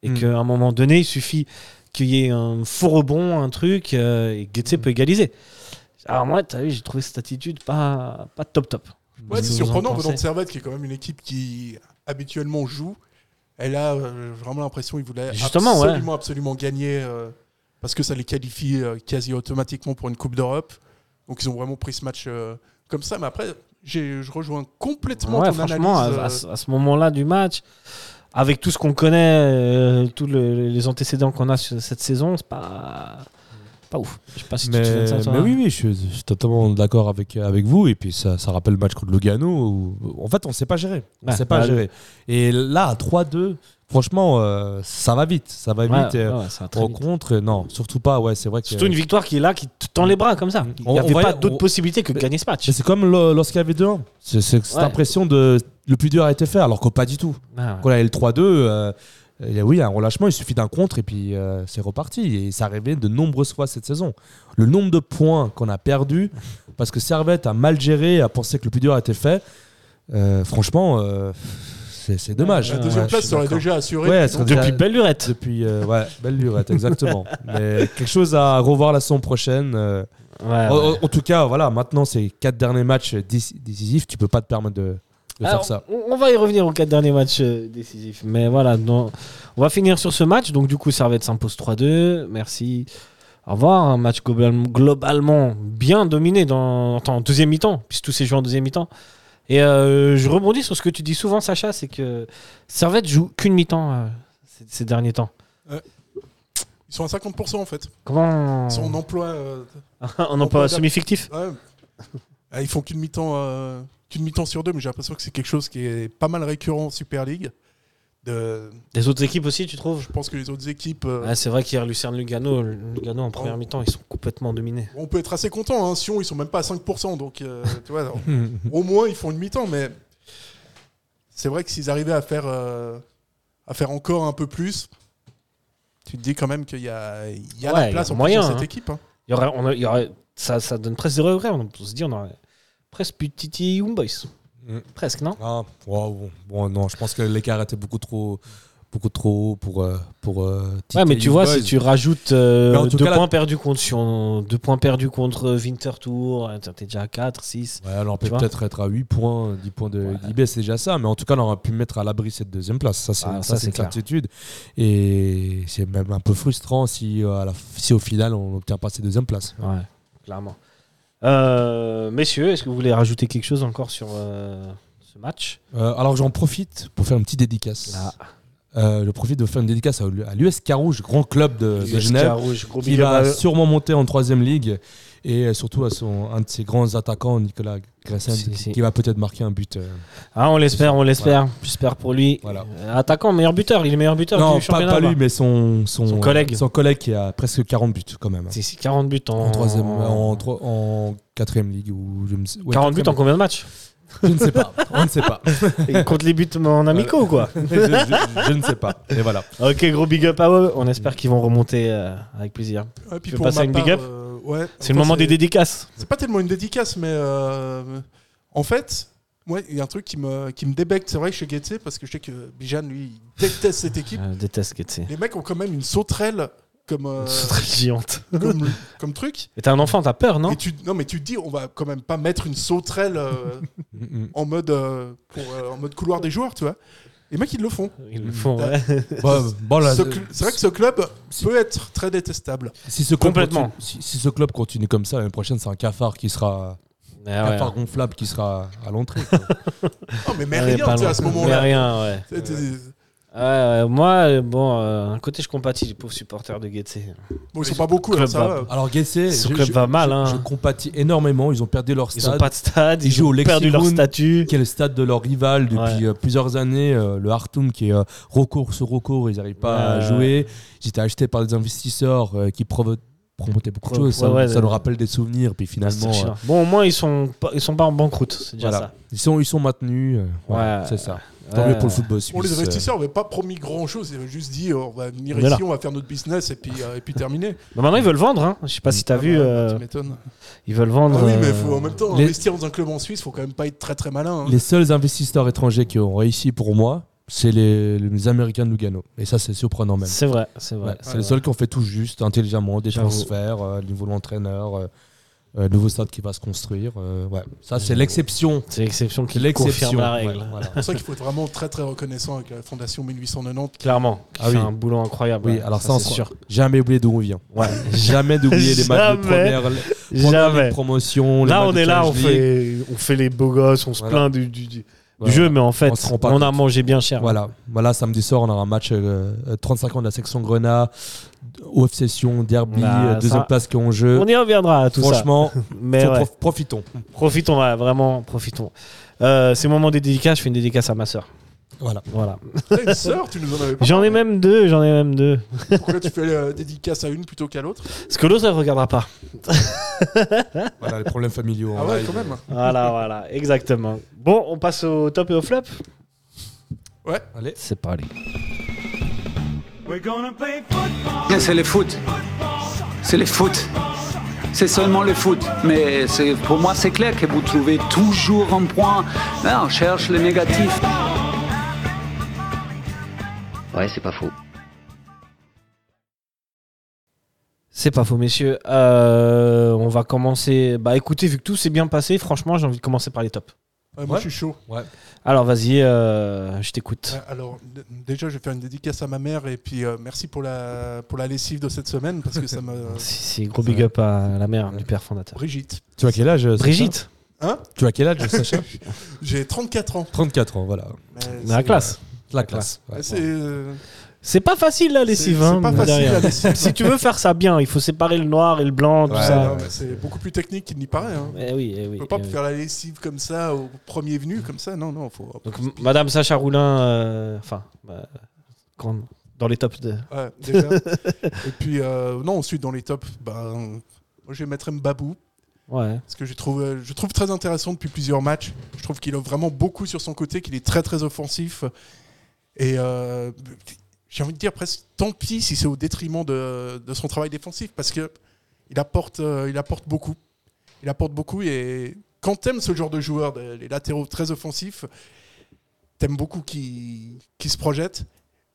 et
Hmm.
Mm.
qu'à un moment donné, il suffit qu'il y ait un faux rebond, un truc, euh, et Getse
Hmm.
peut égaliser. Alors moi, t'as vu, j'ai trouvé cette attitude pas pas top top.
Ouais, c'est
Vous en
surprenant
pensez
venant de Servette, qui est quand même une équipe qui habituellement joue. Et là, euh, j'ai vraiment l'impression qu'ils voulaient
Justement, ouais.
absolument, absolument gagner euh, parce que ça les qualifie euh, quasi automatiquement pour une Coupe d'Europe. Donc ils ont vraiment pris ce match euh, comme ça. Mais après, j'ai- je rejoins complètement
Ouais,
ton
franchement,
analyse.
à-
euh,
à, ce- à ce moment-là du match, avec tout ce qu'on connaît, euh, tous le- les antécédents qu'on a sur cette saison, c'est pas, pas ouf. Je sais pas si tu
mais,
te souviens de ça, toi. hein.
mais oui, oui, je suis, je suis totalement d'accord avec, avec vous. Et puis ça, ça rappelle le match contre Lugano où, en fait, on ne sait pas gérer. On
Ouais,
sait pas
bah,
gérer. Et là, à 3-2, franchement, euh, ça va vite. Ça va
Ouais,
vite. et,
ouais, ouais, ça va très
Au
vite.
contre, non, surtout pas. Ouais, c'est vrai que.
Surtout une victoire qui est là, qui te tend les bras comme ça. Il
On-
n'y
on
avait
va y-
pas d'autre
on-
possibilité que de
Mais-
gagner ce match.
Mais c'est comme lo- lorsqu'il y avait 2-1. C'est c'est cette
Ouais.
impression de le plus dur a été fait, alors que pas du tout.
Ah ouais.
Quand il y a eu le 3-2, euh, il y a- oui, il y a un relâchement, il suffit d'un contre et puis euh, c'est reparti. Et ça arrivait de nombreuses fois cette saison. Le nombre de points qu'on a perdus parce que Servette a mal géré, a pensé que le plus dur a été fait, euh, franchement, euh, c'est c'est dommage.
la deuxième
Ouais, je
place
suis
serait
d'accord.
déjà assurée.
Ouais, elle
Donc,
serait déjà-
Depuis belle lurette.
Depuis, euh, ouais, belle lurette, exactement. Mais quelque chose à revoir la saison prochaine. euh,
Ouais, Ah ouais.
en, en- en tout cas, voilà, maintenant, ces quatre derniers matchs déci- décisifs, tu peux pas te permettre de, de
Alors,
faire ça.
On, on va y revenir aux quatre derniers matchs euh, décisifs. Mais voilà, non. on va finir sur ce match. Donc, du coup, Servette s'impose 3-2. Merci. Au revoir. Un match global- globalement bien dominé dans, en temps- en deuxième mi-temps, puisque tous ces joueurs en deuxième mi-temps. Et euh, je rebondis sur ce que tu dis souvent, Sacha c'est que Servette joue qu'une mi-temps euh, ces, ces derniers temps.
Ils sont à 50% en fait.
Comment
Son
on,
emploi. euh,
on en
peut
parle
dire-
semi-fictif
ouais. Ah, ils font qu'une mi-temps euh, qu'une mi-temps sur deux, mais j'ai l'impression que c'est quelque chose qui est pas mal récurrent en Super League. De,
Des autres équipes aussi, tu trouves
Je pense que les autres équipes, euh,
Ah, C'est vrai qu'hier, Lucerne-Lugano, Lugano en première mi-temps, ils sont complètement dominés.
on peut être assez content. Hein. Sion, ils sont même pas à 5%, donc euh, tu vois, alors,
hmm.
au moins ils font une mi-temps. Mais c'est vrai que s'ils arrivaient à faire, euh, à faire encore un peu plus, tu te dis quand même qu'il y a, il y a
Ouais, il
la
y a
place en plus
moyen,
dans cette
hein.
équipe. hein.
Il y aurait, on a- il y aurait- ça, ça donne presque des regrets. On se dit, on aurait presque plus de Titi Young Boys.
Mm.
Presque, non
Ah, wow, bon, bon, non, je pense que l'écart était beaucoup trop, beaucoup trop haut pour. euh, pour euh,
Ouais, mais
Tite
tu
et
vois,
Young
si
Boys.
tu rajoutes euh,
Mais en tout
deux,
cas, la-
points perdus contre, Sion, deux points perdus contre Winterthur, euh, t'es déjà à 4, 6.
Ouais, alors on peut
tu vois.
peut-être être à 8 points, 10 points de d'IB, c'est déjà ça, mais en tout cas, on aurait pu mettre à l'abri cette deuxième place. Ça, c'est
Ah, ça,
ça, c'est
c'est
une
clair.
certitude. Et c'est même un peu frustrant si, euh, à la- si au final, on n'obtient pas cette deuxième place.
Ouais, clairement. Euh, messieurs, est-ce que vous voulez rajouter quelque chose encore sur euh, ce match
Euh, alors j'en profite pour faire une petite dédicace.
Ah.
Euh, je profite de faire une dédicace à, à l'US Carouge, grand club
Euh,
de, de Genève,
Rouge, gros
qui
big up à
va
eux.
sûrement monter en troisième ligue et euh, surtout à son un de ses grands attaquants, Nicolas Gressel,
Si,
qui,
si.
qui va peut-être marquer un but. euh,
Ah, on l'espère, on l'espère. J'espère pour lui.
Voilà.
Euh, Attaquant, meilleur buteur. Il est meilleur buteur
non,
du
pas,
championnat.
pas lui,
là.
mais son, son,
Son collègue.
son collègue qui a presque 40 buts quand même. hein.
C'est- c'est 40 buts en, euh,
En troisième, en, tro- en quatrième ligue ou je me sais- ouais,
40 buts en
quatrième
combien de matchs
ligue. Je ne sais pas. On ne sait pas.
Et Contre les buts en amicaux, quoi.
je, je- je ne sais pas. Mais voilà.
Ok, gros big up à eux. On espère qu'ils vont remonter euh, avec plaisir.
Ouais, puis
veux
pour
passer
ma
à une big
part,
up
euh, ouais,
C'est Euh, le
enfin,
moment des dédicaces.
C'est pas tellement une dédicace, mais euh, en fait, ouais, il y a un truc qui me, qui me débecte, c'est vrai, chez Getse, parce que je sais que Bijan, lui, il déteste cette équipe.
Je déteste Getse.
Les mecs ont quand même une sauterelle comme, euh,
C'est très géante.
comme, comme truc.
Mais t'es un enfant, t'as peur, non
et tu, non, mais tu te dis, on va quand même pas mettre une sauterelle euh,
Mm, mm.
en, mode, euh, pour, euh, en mode couloir des joueurs, tu vois. Les mecs, ils le font.
Ils le font, ouais.
Bon,
Oh
bon, là,
Ce cl- C'est vrai que ce club peut être très détestable.
si ce club
Complètement.
continue- si, si ce club continue comme ça, l'année prochaine, c'est un cafard qui sera.
Ah ouais.
cafard gonflable qui sera à l'entrée. quoi.
Non, mais mais
Ouais,
rien,
pas
tu sais,
loin.
à ce
Mais
moment-là.
rien, ouais.
C'est- c'est-
Ouais, ouais, moi, euh, bon, euh, un côté, je compatis les pauvres supporters de Guetté.
Bon, ils sont pas beaucoup, alors
Club
ça
va-
va.
Alors, Guessé,
Ce club va mal, hein.
je compatis énormément. Ils ont perdu leur
Ils
stade.
n'ont pas de stade,
Ils
ils,
jouent
ont
au
perdu leur
Lexicon.
statut.
qui est le stade de leur rival depuis
Ouais.
euh, plusieurs années, euh, le Hartum qui est euh, recours sur recours, ils n'arrivent pas à
Ouais.
jouer. Ils étaient achetés par des investisseurs euh, qui provo- promotaient beaucoup de
Ouais,
choses, ça,
ouais,
ça
ouais.
nous rappelle des souvenirs. Puis finalement,
C'est
euh,
chiant. Ah, Bon, au moins, ils sont pas, ils sont pas en banqueroute, c'est déjà
voilà. ils, sont, ils sont maintenus. euh, voilà,
Ouais.
c'est
ça.
ça. Tant
Ouais.
mieux pour le football.
Bon, les
suisse, euh.
investisseurs n'avaient pas promis grand-chose. Ils avaient juste dit, oh, on va venir
On est
ici,
là.
on va faire notre business et puis, euh, et puis terminer.
Mais maintenant, ils veulent vendre, hein. Je sais pas si t'as
Ah
vu,
bah,
euh,
Tu m'étonnes.
ils veulent
Ah
vendre.
oui, mais
euh,
faut, en même temps,
les-
investir dans un club en Suisse, faut quand même pas être très très malin. hein.
Les seuls investisseurs étrangers qui ont réussi pour moi, c'est les, les Américains de Lugano. Et ça, c'est surprenant même.
C'est vrai, c'est vrai.
Ouais, c'est les seuls qui ont fait tout juste, intelligemment, des
J'avoue.
transferts, euh, le niveau de l'entraîneur, euh, euh, le nouveau stade qui va se construire. euh, ouais. Ça, c'est l'exception.
C'est l'exception
C'est
qui
l'exception.
confirme la
Ouais,
règle.
voilà.
C'est pour ça qu'il faut être vraiment très très reconnaissant avec la Fondation 1890.
Clairement, qui
Ah
fait
oui.
un boulot incroyable.
Oui,
ouais,
alors ça, on
c'est
sera-
sûr.
Jamais oublier d'où on vient.
Ouais.
Jamais d'oublier les matchs de
Jamais.
première, première ligue
Jamais.
de promotion. les
Là,
matchs
on
de
est là, on
Challenge League.
fait, on fait les beaux gosses, on se
Voilà.
plaint du, du- du- du
Voilà.
jeu, mais en fait,
On se rend
on,
pas
a
compte.
mangé bien cher.
Voilà. voilà, samedi soir, on aura un match euh, euh, 35 ans de la section Grenat, OF Session, Derby,
Bah,
euh,
ça-
deuxième place qui est en jeu.
On y reviendra à tout
Franchement,
ça. Mais
faut
ouais,
prof- profitons.
profitons, ouais, vraiment, profitons. Euh, c'est le moment des dédicaces, je fais une dédicace à ma sœur.
Voilà.
Voilà.
T'as une sœur, tu nous en avais pas.
J'en ai même deux, j'en ai même deux.
Pourquoi tu fais euh, dédicace à une plutôt qu'à l'autre
Parce que l'autre, elle regardera pas.
voilà les problèmes familiaux.
Ah
en
ouais,
live.
quand même.
Voilà, voilà, exactement. Bon, on passe au top et au flop
Allez.
C'est pas allé.
Ah, C'est le foot. C'est le foot. C'est seulement le foot. Mais c'est- pour moi, c'est clair que vous trouvez toujours un point. Là, on cherche le négatif.
Ouais, c'est pas faux.
C'est pas faux, messieurs. Euh, on va commencer. Bah écoutez, vu que tout s'est bien passé, franchement, j'ai envie de commencer par les tops.
Ouais, moi,
Ouais.
je suis chaud.
Alors vas-y, euh, je t'écoute.
Ouais, alors, d- déjà, je vais faire une dédicace à ma mère et puis euh, merci pour la, pour la lessive de cette semaine parce que ça me.
C'est c'est gros big up à la mère du père fondateur.
Brigitte.
Tu as quel âge Sacha
Brigitte,
Tu as quel âge, Sacha
J'ai 34 ans.
34 ans, voilà.
mais
dans la
c'est-
classe.
La classe.
ouais,
ouais.
C'est euh,
C'est pas facile la
c'est- c'est
lessive. hein, mine
pas
de
facile
rien.
la lessive.
si tu veux faire ça bien, il faut séparer le noir et le blanc, tout
Ouais,
ça.
Non, mais C'est beaucoup plus technique qu'il n'y paraît. Hein.
Eh oui, eh oui.
On peut pas
eh oui.
faire la lessive comme ça au premier venu, comme ça. Non, non, faut.
Donc m- Madame Sacha Roulin, euh, enfin, bah, grande- dans les tops de.
Ouais, déjà. et puis, euh, non, ensuite, dans les tops, ben, moi, je vais mettre Mbabou.
Ouais.
Parce que je trouve, euh, je trouve très intéressant depuis plusieurs matchs. Je trouve qu'il a vraiment beaucoup sur son côté, qu'il est très très offensif. Et euh, j'ai envie de dire presque tant pis si c'est au détriment de, de son travail défensif, parce que il apporte, euh, il apporte beaucoup. Il apporte beaucoup et quand t'aimes ce genre de joueur, des- les latéraux très offensifs, t'aimes beaucoup qui, qui se projette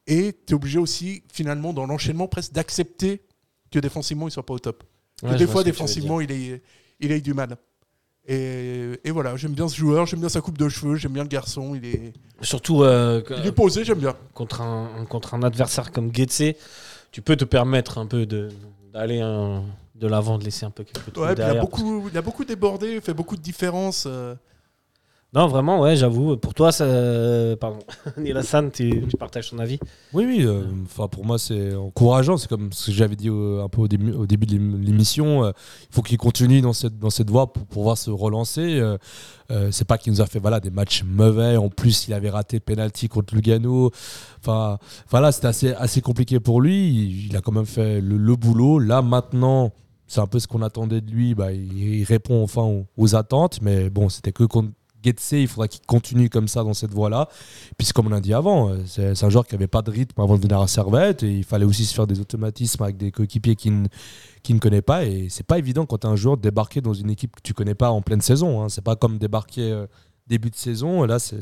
et t'es obligé aussi finalement dans l'enchaînement presque d'accepter que défensivement il soit pas au top. Que
Ouais, je
des
vois
fois,
ce que tu veux dire.
défensivement, il est, il a eu du mal. Et, et voilà, j'aime bien ce joueur, j'aime bien sa coupe de cheveux, j'aime bien le garçon, il est,
Surtout euh,
il est posé, j'aime bien.
contre un, contre un adversaire comme Getse, tu peux te permettre un peu de- d'aller un- de l'avant, de laisser un peu quelques trucs
Ouais, puis il, a
derrière.
beaucoup, il a beaucoup débordé, fait beaucoup de différences. euh,
Non, vraiment, ouais, j'avoue. Pour toi, ça... pardon, Nilassan, tu, tu partages ton avis
Oui, oui. euh, Enfin, pour moi, c'est encourageant. C'est comme ce que j'avais dit au- un peu au début, au début de l'ém- l'émission. euh, Il faut qu'il continue dans cette, dans cette voie pour pouvoir se relancer. euh, euh, c'est pas qu'il nous a fait voilà, des matchs mauvais. En plus, il avait raté penalty contre Lugano. Enfin, voilà, c'était assez, assez compliqué pour lui. Il, il a quand même fait le, le boulot. Là, maintenant, c'est un peu ce qu'on attendait de lui. Bah, il, il répond enfin aux, aux attentes. Mais bon, c'était que contre Getse. Il faudra qu'il continue comme ça dans cette voie-là. Puis c'est comme on l'a dit avant, euh, c'est c'est un joueur qui n'avait pas de rythme avant de venir à Servette. Et il fallait aussi se faire des automatismes avec des coéquipiers qui ne, qui ne connaît pas. Et c'est pas évident quand tu as un joueur débarqué dans une équipe que tu connais pas en pleine saison. hein. C'est pas comme débarquer euh, début de saison. Et là, c'est.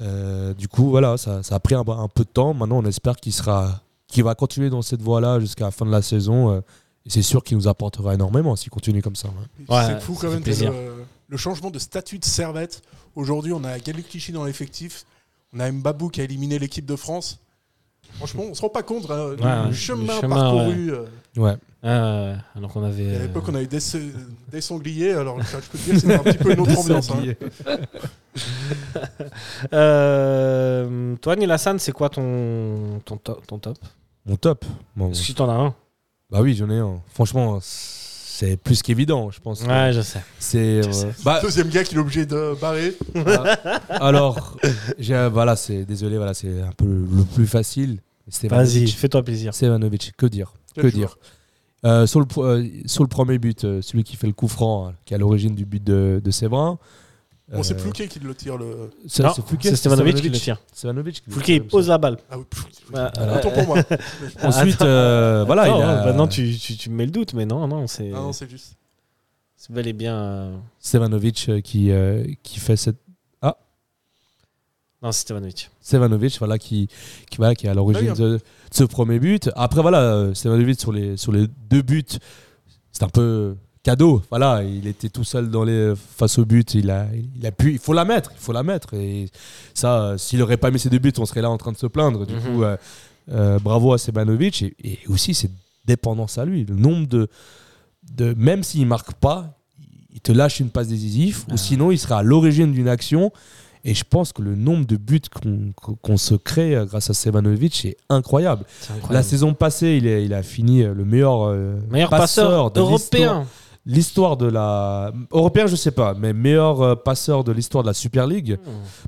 euh, du coup, voilà, ça, ça a pris un, un peu de temps. Maintenant, on espère qu'il sera qui va continuer dans cette voie-là jusqu'à la fin de la saison. euh, et c'est sûr qu'il nous apportera énormément s'il continue comme ça. hein. ouais.
Ouais,
c'est fou
ça
quand
fait
même
plaisir.
le, le changement de statut de servette. Aujourd'hui, on a Galukichi dans l'effectif. On a Mbabou qui a éliminé l'équipe de France. Franchement, on se rend pas compte hein, du
Ouais, le
chemin,
chemin,
parcouru. euh,
Ouais.
Ah, ouais, alors qu'on avait.
et à
euh,
l'époque, on avait des, se- des sangliers. Alors, je peux te dire que c'était un petit peu une autre ambiance. hein.
Euh, toi, Nilassan, c'est quoi ton, ton, to- ton top
Mon top. Bon,
Si t'en as un.
Bah oui, j'en ai un. Franchement, c'est plus qu'évident, je pense.
Ouais, je sais.
C'est.
Je sais.
euh, bah,
Deuxième gars qui est obligé de barrer.
alors, j'ai- euh, voilà, c'est désolé, voilà, c'est un peu le plus facile. C'était
Vas-y, fais-toi plaisir.
Stevanovic, que dire
Quel
Que
joueur.
dire Euh, sur, le, pro- euh, sur le premier but, euh, celui qui fait le coup franc, hein, qui est à l'origine du but de, de Séverin.
On s'est
Euh,
Plouquet qui le tire. Le...
C'est
Non,
Fouquet,
C'est Stevanovic qui le tire.
Stevanovic qui le
Fouquet, il
tire,
pose la balle.
Ah oui, Plouquet.
Ouais,
Voilà.
Autant pour moi.
Ensuite, euh, voilà,
Attends,
il a-
ouais, bah non, tu, tu, tu me mets le doute, mais non, non, c'est.
Ah non, c'est juste.
c'est bel et bien. euh,
Stevanovic euh, qui, euh, qui fait cette.
Non, c'est Stevanovic.
Stevanovic, voilà, qui, qui, voilà, qui est à l'origine
Ah oui,
de, de ce premier but. Après, voilà, euh, Stevanovic sur les, sur les deux buts, c'est un peu cadeau. Voilà, il était tout seul dans les, face au but. Il a, il a pu, il faut la mettre, il faut la mettre. Et ça, euh, s'il n'aurait pas mis ses deux buts, on serait là en train de se plaindre. Du
Mhm.
coup, euh, euh, bravo à Stevanovic et, et aussi cette dépendance à lui. Le nombre de, de même s'il marque pas, il te lâche une passe décisive
Ah.
ou sinon il sera à l'origine d'une action. Et je pense que le nombre de buts qu'on qu'on se crée euh, grâce à Stevanovic est incroyable.
C'est
La
incroyable.
saison passée, il, est- il a fini euh, le meilleur, euh,
Meilleur passeur,
de l'histoire-
européen.
L'histoire de la européen, je sais pas, mais meilleur euh, passeur de l'histoire de la Super League.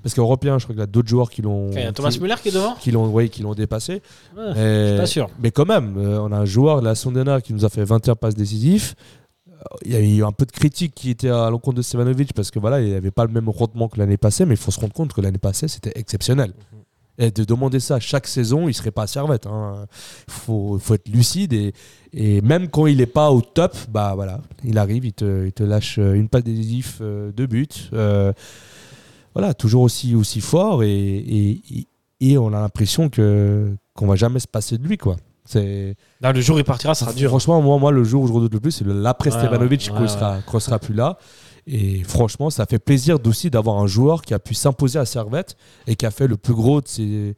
Parce qu'européen, je crois qu'il y a d'autres joueurs qui l'ont
Mm. Ok, Il y a Thomas
qui,
Müller qui est devant
qui l'ont ouais, qui l'ont dépassé.
Ouais,
Et-
Pas sûr.
mais quand même, euh, on a un joueur, la Sondena, qui nous a fait 21 passes décisives. Euh, Il y a eu un peu de critique qui était à l'encontre de Stevanovic parce que voilà, il n'avait pas le même rendement que l'année passée, mais il faut se rendre compte que l'année passée, c'était exceptionnel. Et de demander ça chaque saison, il serait pas à servette. Il faut, faut être lucide et, et même quand il n'est pas au top, bah voilà, il arrive, il te, il te lâche euh, une passe décisive, euh, deux buts. Euh, voilà, toujours aussi, aussi fort et, et, et on a l'impression que qu'on va jamais se passer de lui quoi. C'est
Là, le jour où il partira,
Ah,
ça sera dur.
franchement moi, moi le jour où je redoute le plus c'est le- l'après
Ouais,
Stevanovic
ouais,
qu'on
ouais.
sera qu'on sera plus là et franchement ça fait plaisir d'aussi d'avoir un joueur qui a pu s'imposer à Servette et qui a fait le plus gros de ses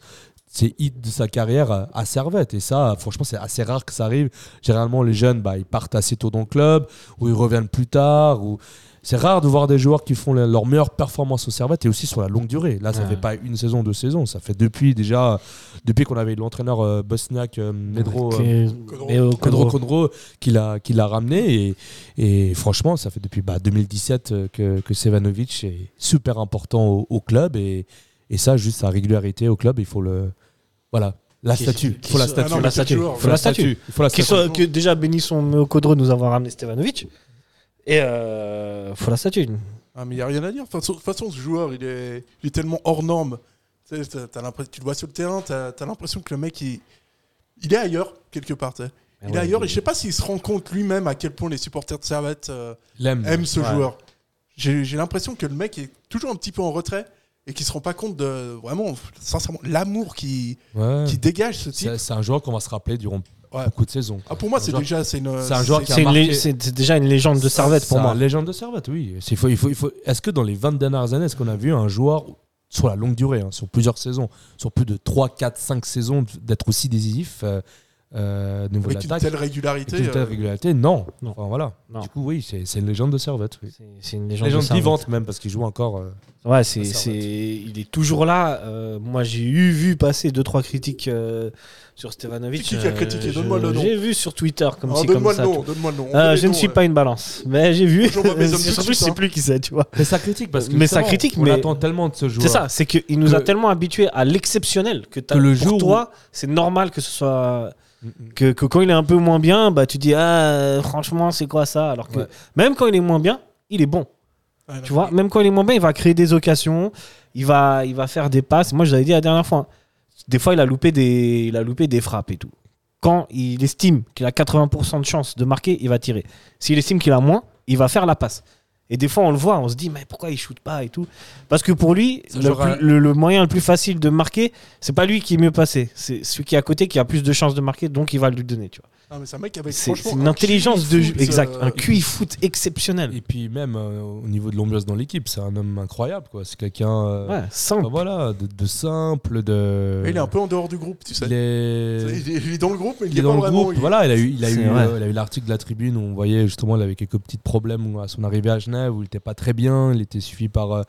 ses hits de sa carrière à- à Servette et ça franchement c'est assez rare que ça arrive généralement les jeunes bah, ils partent assez tôt dans le club ou ils reviennent plus tard ou c'est rare de voir des joueurs qui font la- leur meilleure performance au Servette et aussi sur la longue durée là ça
Ouais.
fait pas une saison deux saisons ça fait depuis déjà depuis qu'on avait l'entraîneur euh, bosniaque euh, Medro euh,
Kodro.
Léo
Kodro
Kodro.
Kodro qui l'a qui l'a ramené et, et franchement ça fait depuis bah, 2017 euh, que, que Sevanovic est super important au, au club et, et ça juste sa régularité au club il faut le voilà la
Qui-
statue
qui
il faut la
soit-
statue
Ah non, mais
la
quel
statue.
joueur,
Faut la statue.
il faut la
Qui
statue
soit, que déjà bénissons Codro de nous avoir ramené Stevanovic. Et euh, faut la statue.
Ah, mais il n'y a rien à dire. De toute façon- de toute façon, ce joueur, il est, il est tellement hors norme. Tu, sais, t'as- t'as l'impression- tu le vois sur le terrain, tu as, l'impression que le mec, il, il est ailleurs, quelque part. tu sais. Il est ailleurs, et je sais pas s'il se rend compte lui-même à quel point les supporters de Servette euh,
l'aime
aiment ce
Mm. Ouais.
joueur. J'ai j'ai l'impression que le mec est toujours un petit peu en retrait et qu'il se rend pas compte de vraiment, sincèrement, l'amour qui,
Ouais.
qui dégage ce type.
c'est c'est un joueur qu'on va se rappeler durant
Ouais.
beaucoup de saisons
Ah, pour moi,
un
c'est
joueur-
déjà. C'est une-
c'est un joueur
c'est-
qui a
C'est une
marqué-
lég- c'est- c'est déjà une légende de Servette pour
C'est
moi.
un légende de Servette, oui. C'est- il faut- il faut- il faut- Est-ce que dans les 20 dernières années, est-ce qu'on a vu un joueur sur la longue durée, hein, sur plusieurs saisons, sur plus de 3, 4, 5 saisons, d'être aussi décisif euh, euh, au niveau de
Avec une
l'attaque
telle
avec
régularité.
une telle
euh,
régularité Non.
Non.
Enfin, voilà.
Non.
Du coup, oui, c'est c'est une légende de Servette. oui.
C'est- C'est une légende. de
Légende
Servette.
vivante même, parce qu'il joue encore. euh,
Ouais, c'est,
Ça, ça
c'est,
va être-
il est toujours là. Euh, moi, j'ai eu vu passer deux trois critiques euh, sur Stevanovic. Euh,
Qui qui a critiqué
je-
Donne-moi le nom.
J'ai vu sur Twitter comme
alors,
si comme
Ah, donne-moi
ça.
le nom,
tout.
donne-moi le nom. On
Euh,
veut les
je ne
noms,
suis
ouais.
pas une balance, mais j'ai vu.
Bonjour, Mabézon, tout de
Surtout,
suite,
je sais
hein.
plus qui c'est, tu vois.
Mais ça critique, parce que.
Mais ça
justement,
critique,
on
mais-
attend tellement de ce joueur.
C'est ça, c'est qu'il nous a
Que-
tellement habitués à l'exceptionnel que, t'as-
Que le
pour
jour où-
toi, c'est normal que ce soit.
Mm, mm.
Que, que quand il est un peu moins bien, bah, tu dis, ah, franchement, c'est quoi ça Alors que
Ouais.
même quand il est moins bien, il est bon.
Ouais,
Tu vois, même quand il est moins bien, il va créer des occasions, il va, il va faire des passes. Moi, je l'avais dit la dernière fois. hein. Des fois, il a loupé des, il a loupé des frappes et tout. Quand il estime qu'il a 80% de chance de marquer, il va tirer. S'il estime qu'il a moins, il va faire la passe. Et des fois, on le voit, on se dit, mais pourquoi il shoot pas et tout Parce que pour lui,
Ça
le,
jouera-
plus- le- le moyen le plus facile de marquer, c'est pas lui qui est mieux passé, c'est celui qui est à côté qui a plus de chances de marquer, donc il va lui donner, tu vois.
Ah, mais c'est un mec avec
C'est c'est
franchement,
une
un
intelligence
QI
de
foot,
jeu, exact,
euh,
un QI foot exceptionnel.
Et puis même euh, au niveau de l'ambiance dans l'équipe, c'est un homme incroyable quoi. C'est quelqu'un, euh,
Ouais,
bah
simple.
voilà, de, de simple, de.
Il est un peu en dehors du groupe, tu sais.
Il est-
Il est, il est dans le groupe, mais il,
il est
est pas
dans le
vraiment.
groupe.
il-
Voilà, il a eu, il a
C'est
eu,
vrai.
euh, il a eu l'article de la Tribune où on voyait justement il avait quelques petits problèmes à son arrivée à Genève où il était pas très bien. Il était suivi par euh,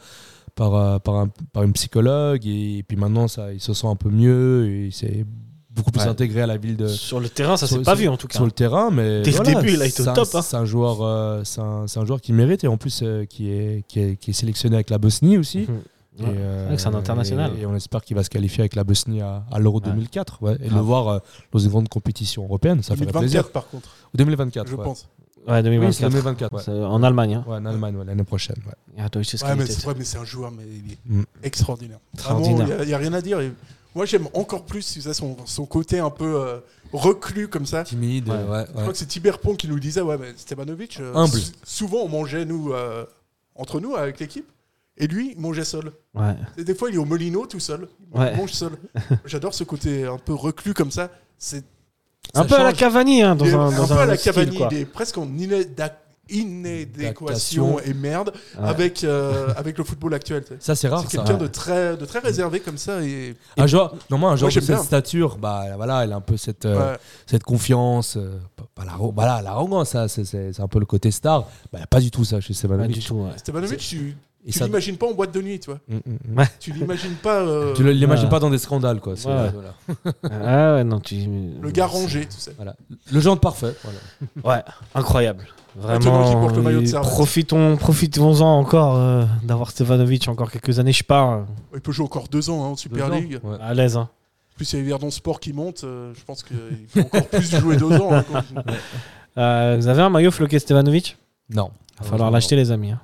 par euh, par, un- par une psychologue et, puis maintenant ça, il se sent un peu mieux. Et il s'est beaucoup plus
Ouais.
intégré à la ville de.
Euh, Sur le terrain, ça
sur-
s'est pas
sur-
vu en tout cas.
Sur le terrain, mais
Dès le
voilà,
début, il a été au
c'est un-
top, hein.
C'est un joueur, euh, c'est un, c'est un joueur qui mérite et en plus euh, qui, est, qui est qui est sélectionné avec la Bosnie aussi.
Mhm.
Et,
Ouais,
euh,
c'est vrai que c'est un international.
Et, et on espère qu'il va se qualifier avec la Bosnie à, à l'Euro
Ouais.
2004. ouais. et
Ah.
le voir euh, dans une grande compétition européenne, ça ferait
2024
plaisir.
par contre,
2024,
je
ouais.
pense.
Ouais,
Oui, c'est
2024.
2024. ouais.
C'est En Allemagne. Hein. Ah,
Ouais, en Allemagne, ouais, l'année prochaine. ouais.
Il y a Deutsches
Ouais, mais
Qualität.
c'est vrai, mais c'est un joueur, mais il est
Mm.
extraordinaire.
Extraordinaire.
Vraiment, il n'y a, rien à dire. Et moi, j'aime encore plus tu sais, son, son côté un peu euh, reclus comme ça.
Timide,
Ouais.
euh, ouais,
Je
ouais.
crois que c'est Tiberpont qui nous disait, ouais, mais Stevanovic, euh,
Humble.
sou- souvent on mangeait, nous, euh, entre nous, avec l'équipe, et lui, il mangeait seul.
Ouais.
Et des fois, il est au Molino tout seul, il
Ouais.
mange seul. J'adore ce côté un peu reclus comme ça. C'est
Un peu à la
change.
Cavani, hein,
il est
dans un, dans
peu à la
style,
Cavani,
quoi.
il est presque en inéda- inédéquation
Adaptation.
et merde
Ouais.
avec, euh, avec le football actuel. tu sais.
Ça, c'est rare.
C'est
ça.
quelqu'un de très, de très réservé comme ça. Et,
Un joueur, normalement, un joueur de
j'aime
cette
bien.
stature, bah, voilà, il a un peu cette, euh,
Ouais.
cette confiance, euh, pas- pas l'arro- bah là, l'arrogance, ça, c'est- c'est c'est un peu le côté star. Bah, y a pas du tout ça chez
Pas
Stevanovic.
du tout, ouais.
Stevanovic, tu,
Et
tu
ça-
l'imagines pas en boîte de nuit, tu vois.
Mm, mm, mm.
Tu l'imagines pas euh,
Tu le- l'imagines
Ouais.
pas dans des scandales, quoi. c'est-
Ouais.
voilà.
Ah ouais, non, tu...
le gars rangé, tu sais.
Voilà. Le genre parfait. voilà.
Ouais, incroyable.
Maintenant qu'il
Vraiment,
Ah, porte le maillot de
et
Servette.
euh, profitons, profitons-en encore euh, d'avoir Stevanovic encore quelques années, je pars euh,
Il peut jouer encore deux ans hein, en Super
Le genre,
League.
ouais.
à l'aise. hein.
En plus, il y a Verdon Sport qui monte. euh, je pense qu'il faut encore plus jouer deux ans. hein, quand-
Euh, vous avez un maillot floqué Stevanovic
Non.
Il va falloir l'acheter, les amis. hein.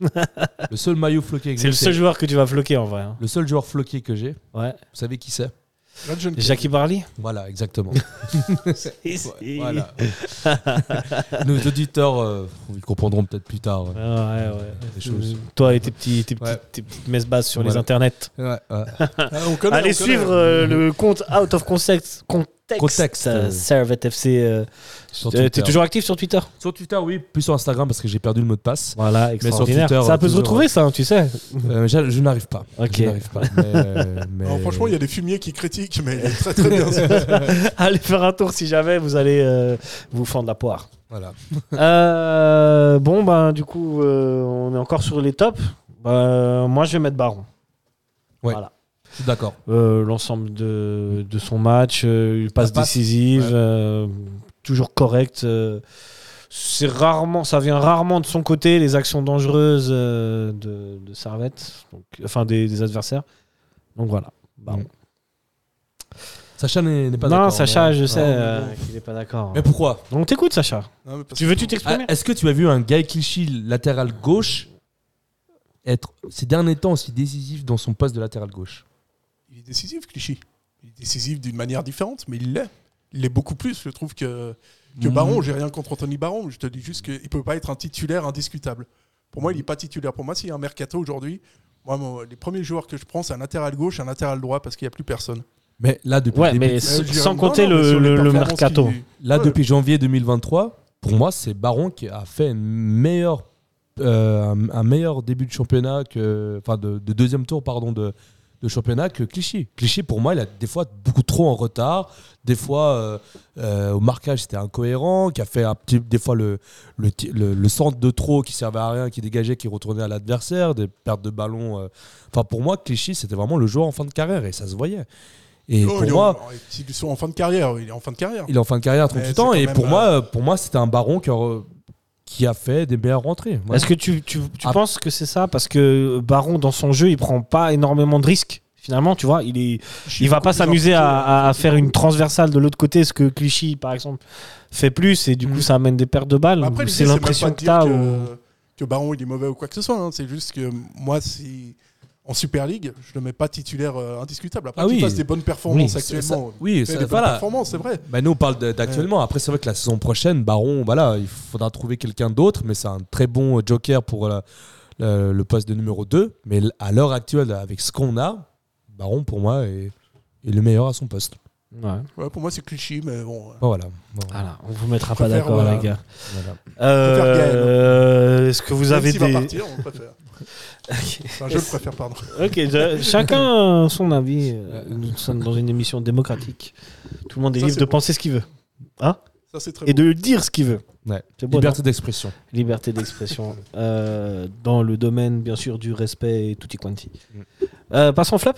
Le seul maillot floqué que
C'est
j'ai,
le seul joueur que tu vas floquer en vrai. hein.
le seul joueur floqué que j'ai. Vous
Ouais.
savez qui c'est
Là, je ne-
Jackie Barley
Voilà, exactement.
Ouais,
Voilà. Nos auditeurs, euh, ils comprendront peut-être plus tard.
Ouais, ouais.
Des choses.
Toi et tes, petits, tes, petits-
Ouais.
tes petites messes basses sur les
Voilà.
internets.
Ouais, ouais.
Ah,
Allez
on connaît, on connaît.
suivre euh, le compte Out of Context. Context.
Context,
euh,
euh,
Servette FC. euh,
Sur
euh, T'es
Twitter.
toujours actif sur Twitter
Sur Twitter, oui, plus sur Instagram parce que j'ai perdu le mot de passe.
Voilà, extraordinaire.
Twitter,
ça peut se
toujours,
retrouver, ça, hein, tu sais.
Euh, je je n'arrive pas.
Ok.
Je n'arrive pas. mais, euh, mais-
Alors, franchement, il y a des fumiers qui critiquent, mais il est très très bien. ce-
allez faire un tour si jamais vous allez euh, vous fendre la poire.
Voilà.
Euh, bon, ben, du coup, euh, on est encore sur les tops. Euh, moi, je vais mettre Baron.
Ouais.
Voilà.
Je suis d'accord.
Euh, L'ensemble de, de son match, euh, une passe,
passe,
décisive,
ouais.
euh, toujours correcte. euh, c'est rarement, ça vient rarement de son côté les actions dangereuses euh, de, de Servette, donc, enfin des, des adversaires. Donc voilà. Baron.
Mm. Sacha n'est n'est pas d'accord.
non, Sacha, je sais
Non.
euh, qu'il n'est pas d'accord.
Mais pourquoi
Donc t'écoutes, Sacha.
Non, mais parce
Tu
que-
veux-tu
Ah,
t'exprimer
Est-ce que tu as vu un Guy Clichy, latéral gauche, être ces derniers temps aussi décisif dans son poste de latéral gauche
Il est décisif, Clichy. Il est décisif d'une manière différente, mais il l'est. Il l'est beaucoup plus, je trouve, que,
Mm.
que Baron. J'ai rien contre Anthony Baron. Je te dis juste qu'il ne peut pas être un titulaire indiscutable. Pour moi, il n'est pas titulaire. Pour moi, s'il y a un mercato aujourd'hui, moi, mon- les premiers joueurs que je prends, c'est un latéral gauche, un latéral droit, parce qu'il n'y a plus personne.
Mais là, depuis,
Ouais,
le début-
mais
Euh,
s-
je dirais-
sans
non,
compter
non, mais
le,
sur les
le- le
performances
mercato.
qu'il-
là,
Ouais.
depuis janvier 2023, pour moi, c'est Baron qui a fait une meilleure, euh, un, un meilleur début de championnat, que, enfin de, de deuxième tour, pardon, de, de championnat que Clichy. Clichy, pour moi, il a des fois beaucoup trop en retard. Des fois, euh, euh, au marquage, c'était incohérent, qui a fait un petit, des fois le, le, ti- le- le centre de trop qui servait à rien, qui dégageait, qui retournait à l'adversaire, des pertes de ballon. euh. Enfin, pour moi, Clichy, c'était vraiment le joueur en fin de carrière et ça se voyait. Et
Oh,
pour
il est en-
moi,
ils sont en fin de carrière. Il est en fin de carrière.
il est en fin de carrière à 38
c'est
ans
quand
et
même,
pour
euh,
moi, euh, pour moi c'était un baron qui a, re- qui a fait des meilleures rentrées. Voilà.
Est-ce que tu, tu- tu
Ah.
penses que c'est ça Parce que Baron, dans son jeu, il prend pas énormément de risques. Finalement, tu vois, il est, il va pas s'amuser à,
euh,
à- à faire une transversale de l'autre côté, ce que Clichy, par exemple, fait plus, et du coup, ça amène des pertes de balles.
Mm. Bah, Après,
Ou
l'idée,
c'est
même
l'impression
pas
que
de dire
t'as.
que,
ou-
que Baron il est mauvais ou quoi que ce soit. hein. C'est juste que moi, si En Super League, je ne le mets pas titulaire euh, indiscutable. Après
Ah
qu'il
oui.
fasse des bonnes performances
Oui, c'est-
actuellement.
ça- oui,
Il
ça-
fait des bonnes
voilà.
performances, c'est vrai.
Bah, nous, on parle de- d'actuellement. Après, c'est vrai que la saison prochaine, Baron, voilà, il faudra trouver quelqu'un d'autre, mais c'est un très bon euh, joker pour la- la- le poste de numéro 2. Mais l- à l'heure actuelle, avec ce qu'on a, Baron, pour moi, est, est le meilleur à son poste.
Ouais.
Ouais, pour moi, c'est cliché, mais bon. euh,
Bon, voilà. Bon,
Voilà, on vous mettra
Je
pas
préfère,
d'accord,
voilà.
les gars.
voilà.
Euh,
Gaël. hein.
euh, Est-ce que vous
Même
avez
s'il va
des.
partir, on le préfère. Enfin, je le préfère, pardon.
Ok, je- chacun a son avis. Euh, Nous sommes dans une émission démocratique. Tout le monde est
Ça,
libre
c'est
de
beau.
penser ce qu'il veut
Ça, c'est très
et
beau.
de dire ce qu'il veut.
Ouais.
C'est beau,
Liberté d'expression.
Liberté d'expression euh, dans le domaine, bien sûr, du respect et tutti quanti.
Mm.
Euh, passons au flop.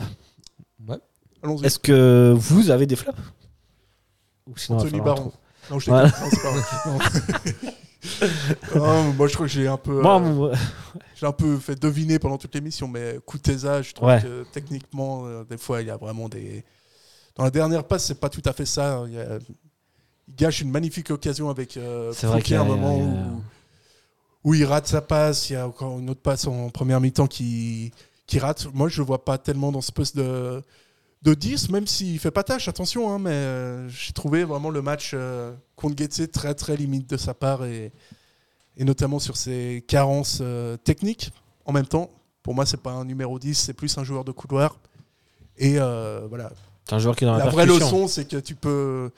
Allons-y.
Est-ce que vous avez des flops Ou sinon, on va
Anthony
falloir en
Baron.
trouver.
Non, je
Voilà.
déconne. Non, c'est pas vrai. Non. Non, moi, je crois que j'ai un peu.
Bon,
euh,
bon, ouais.
J'ai un peu fait deviner pendant toute l'émission, mais Kuteza, je trouve
Ouais.
que techniquement, euh, des fois, il y a vraiment des. Dans la dernière passe, c'est pas tout à fait ça. hein. Il, y a- il gâche une magnifique occasion avec euh,
C'est vrai
Fouquet,
qu'il y a-
un
il y a-
moment
il y a-
où, où il rate sa passe. Il y a encore une autre passe en première mi-temps qui, qui rate. Moi, je le vois pas tellement dans ce poste de, de 10, même s'il fait pas tâche, attention, hein, mais euh, j'ai trouvé vraiment le match euh, contre Getse très très limite de sa part et, et notamment sur ses carences euh, techniques. En même temps, pour moi, c'est pas un numéro 10, c'est plus un joueur de couloir. Et euh, voilà,
C'est un joueur qui est dans la,
la vraie
percussion.
leçon, c'est que tu peux,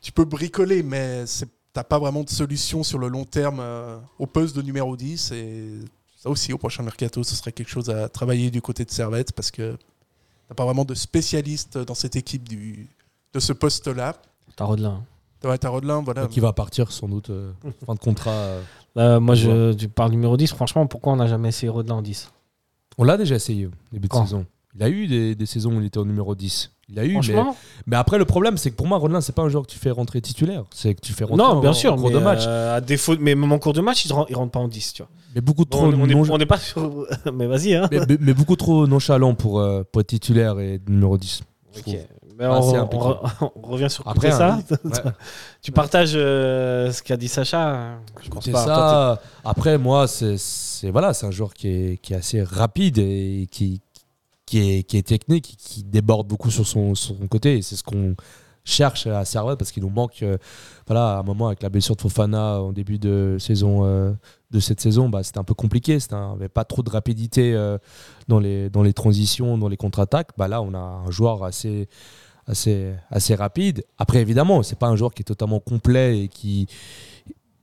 tu peux bricoler, mais c'est- t'as pas vraiment de solution sur le long terme euh, au poste de numéro 10. Et ça aussi, au prochain mercato, ce serait quelque chose à travailler du côté de Servette parce que t'as pas vraiment de spécialiste dans cette équipe du, de ce poste-là.
hein. T'as Rodelin.
T'as t'as Rodelin, voilà.
Qui va partir sans doute euh, fin de contrat. euh.
Euh, moi, je, tu parles numéro 10. Franchement, pourquoi on n'a jamais essayé Rodelin en 10
On l'a déjà essayé début de
Quand
saison. Il a eu des, des saisons où il était au numéro 10. Il a eu, mais,
Franchement
mais après le problème, c'est que pour moi, Rodelin, c'est pas un joueur que tu fais rentrer titulaire. C'est que tu fais rentrer
Non,
en-
bien
en
sûr.
cours
mais,
de match.
euh, à défaut, mais même en cours de match, ils ne rentrent pas en 10. Tu vois.
Mais beaucoup
Bon,
trop.
on n'est
non-
pas sur. mais vas-y, hein.
mais, mais- mais beaucoup trop nonchalant pour, euh, pour être titulaire et numéro 10. je
Ok.
trouve.
Mais
Ah,
on,
c'est
on-
impeccable.
on revient sur
Après,
ça.
hein, ouais.
Tu partages euh, ce qu'a dit Sacha hein. Je pense
C'est
pas. Toi,
ça. Après, moi, c'est- c'est voilà, c'est un joueur qui est, qui est assez rapide et qui, qui, est, qui est technique, qui déborde beaucoup sur son, sur son côté. Et c'est ce qu'on cherche à Servette parce qu'il nous manque. euh, voilà, à un moment, avec la blessure de Fofana en début de saison. euh, de cette saison, bah, c'était un peu compliqué. c'était un- Il n'y avait pas trop de rapidité euh, dans, les, dans les transitions, dans les contre-attaques. Bah, là, on a un joueur assez, assez, assez rapide. Après, évidemment, c'est pas un joueur qui est totalement complet et qui.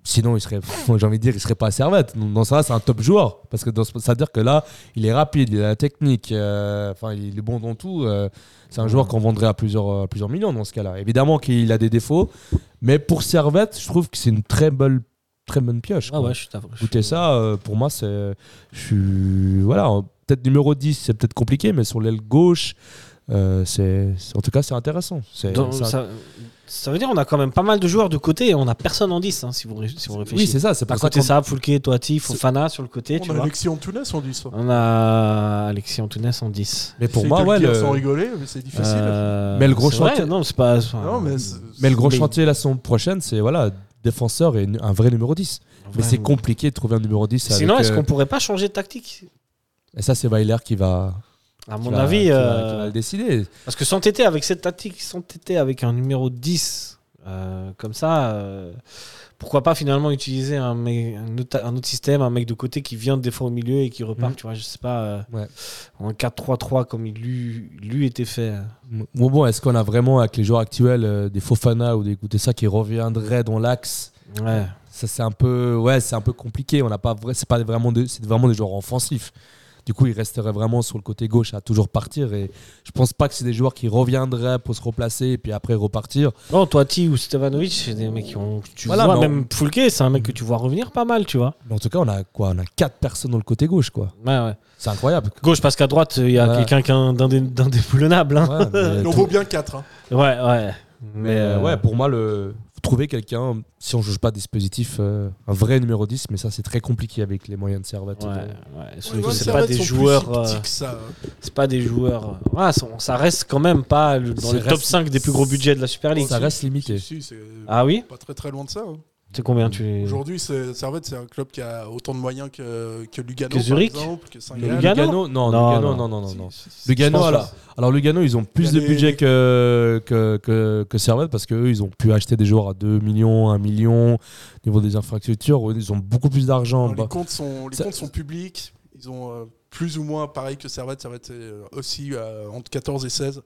Sinon, il serait, j'ai envie de dire, il serait pas à servette. Donc, Dans ça, c'est un top joueur. Parce que dans ce- c'est-à-dire que là, il est rapide, il a la technique, euh, enfin, il est bon dans tout. euh, c'est un joueur qu'on vendrait à plusieurs, à plusieurs millions dans ce cas-là. Évidemment qu'il a des défauts, mais pour servette, je trouve que c'est une très bonne, très bonne pioche.
t'es- Ah
quoi.
ouais, je suis d'accord.
Écoutez, ça, euh, pour moi, c'est. Je suis. Voilà, euh, peut-être numéro 10, c'est peut-être compliqué, mais sur l'aile gauche, euh, c'est. c'est- En tout cas, c'est intéressant. C'est-
Donc,
c'est un-
ça, ça veut dire qu'on a quand même pas mal de joueurs de côté et on a personne en 10 hein, si, vous, ré- si vous réfléchissez.
Oui, c'est ça, c'est
D'un
pour ça
côté,
qu'on-
ça, Foulquet, Toati, Fofana sur le côté, tu
on a
vois.
Alexis Antunes, on dit ça.
On a Alexis Antunes en 10.
Mais pour
J'essaie
moi,
de le
ouais.
dire
le-
sans rigoler, mais c'est difficile.
Euh,
Mais le gros
c'est vrai,
chantier-
Non, c'est pas. enfin,
Non, mais c'est-
Mais le gros
Mais-
chantier la saison prochaine, c'est voilà, défenseur et nu- un vrai numéro 10.
en
Mais
vrai,
c'est compliqué de trouver un numéro 10.
Sinon,
avec,
est-ce
euh,
qu'on pourrait pas changer de tactique
Et ça, c'est Weiler qui va.
À
qui
mon
va-
avis.
qui va-
euh,
qui va le décider.
Parce que s'entêter avec cette tactique, s'entêter avec un numéro 10, euh, comme ça, euh, pourquoi pas finalement utiliser un, mec- un, autre, un autre système, un mec de côté qui vient des fois au milieu et qui repart,
Mhm.
tu vois, je sais pas, euh,
Ouais.
en 4-3-3 comme il lui, lui était fait.
Bon, bon est-ce qu'on a vraiment, avec les joueurs actuels, euh, des Fofana ou des ça qui reviendraient dans l'axe
Ouais.
ça c'est un peu ouais c'est un peu compliqué on n'a pas vrai c'est pas vraiment des- c'est vraiment des joueurs offensifs du coup ils resteraient vraiment sur le côté gauche à toujours partir et je pense pas que c'est des joueurs qui reviendraient pour se replacer et puis après repartir
Non, Toati ou Stevanovic, c'est des mecs qui ont. Tu
Voilà,
vois,
mais on-
même Fulke, c'est un mec que tu vois revenir pas mal, tu vois.
mais en tout cas on a quoi on a quatre personnes dans le côté gauche quoi
Ouais, ouais.
c'est incroyable
Gauche, parce qu'à droite, il y a
Ouais.
quelqu'un qu'un- d'indé- d'indéboulonnable. hein.
ouais, mais
Mais on
tout-
vaut bien hein. 4.
Ouais, ouais.
mais, euh, ouais pour moi le trouver quelqu'un si on juge pas dispositif euh, un vrai numéro 10 mais ça c'est très compliqué avec les moyens de Servette
Ouais,
et de-
ouais. Surtout que c'est pas des joueurs. euh,
ça. hein.
c'est pas des joueurs. Voilà, ça, ça reste quand même pas le- dans
Ça
le top
reste-
5 des plus gros budgets de la Super League.
ça reste limité
Si, si, c'est
Ah oui
pas très très loin de ça. hein.
C'est combien tu
Aujourd'hui, c'est- Servette, c'est un club qui a autant de moyens que, que Lugano,
Que Zurich
par exemple, que
Le
Saint-Gall.
Lugano
non,
Non,
Lugano,
non.
non, non, non,
Si,
non.
si, si.
Lugano,
Je pense
alors, alors Lugano, ils ont plus
Il y
de
a des-
budget que, que, que, que Servette parce qu'eux, ils ont pu acheter des joueurs à 2 millions, 1 million. Au niveau des infrastructures, ils ont beaucoup plus d'argent.
Non,
Bah,
les comptes sont, les
Ça-
comptes sont publics. Ils ont euh, plus ou moins pareil que Servette. Servette c'est euh, aussi euh, entre 14 et 16.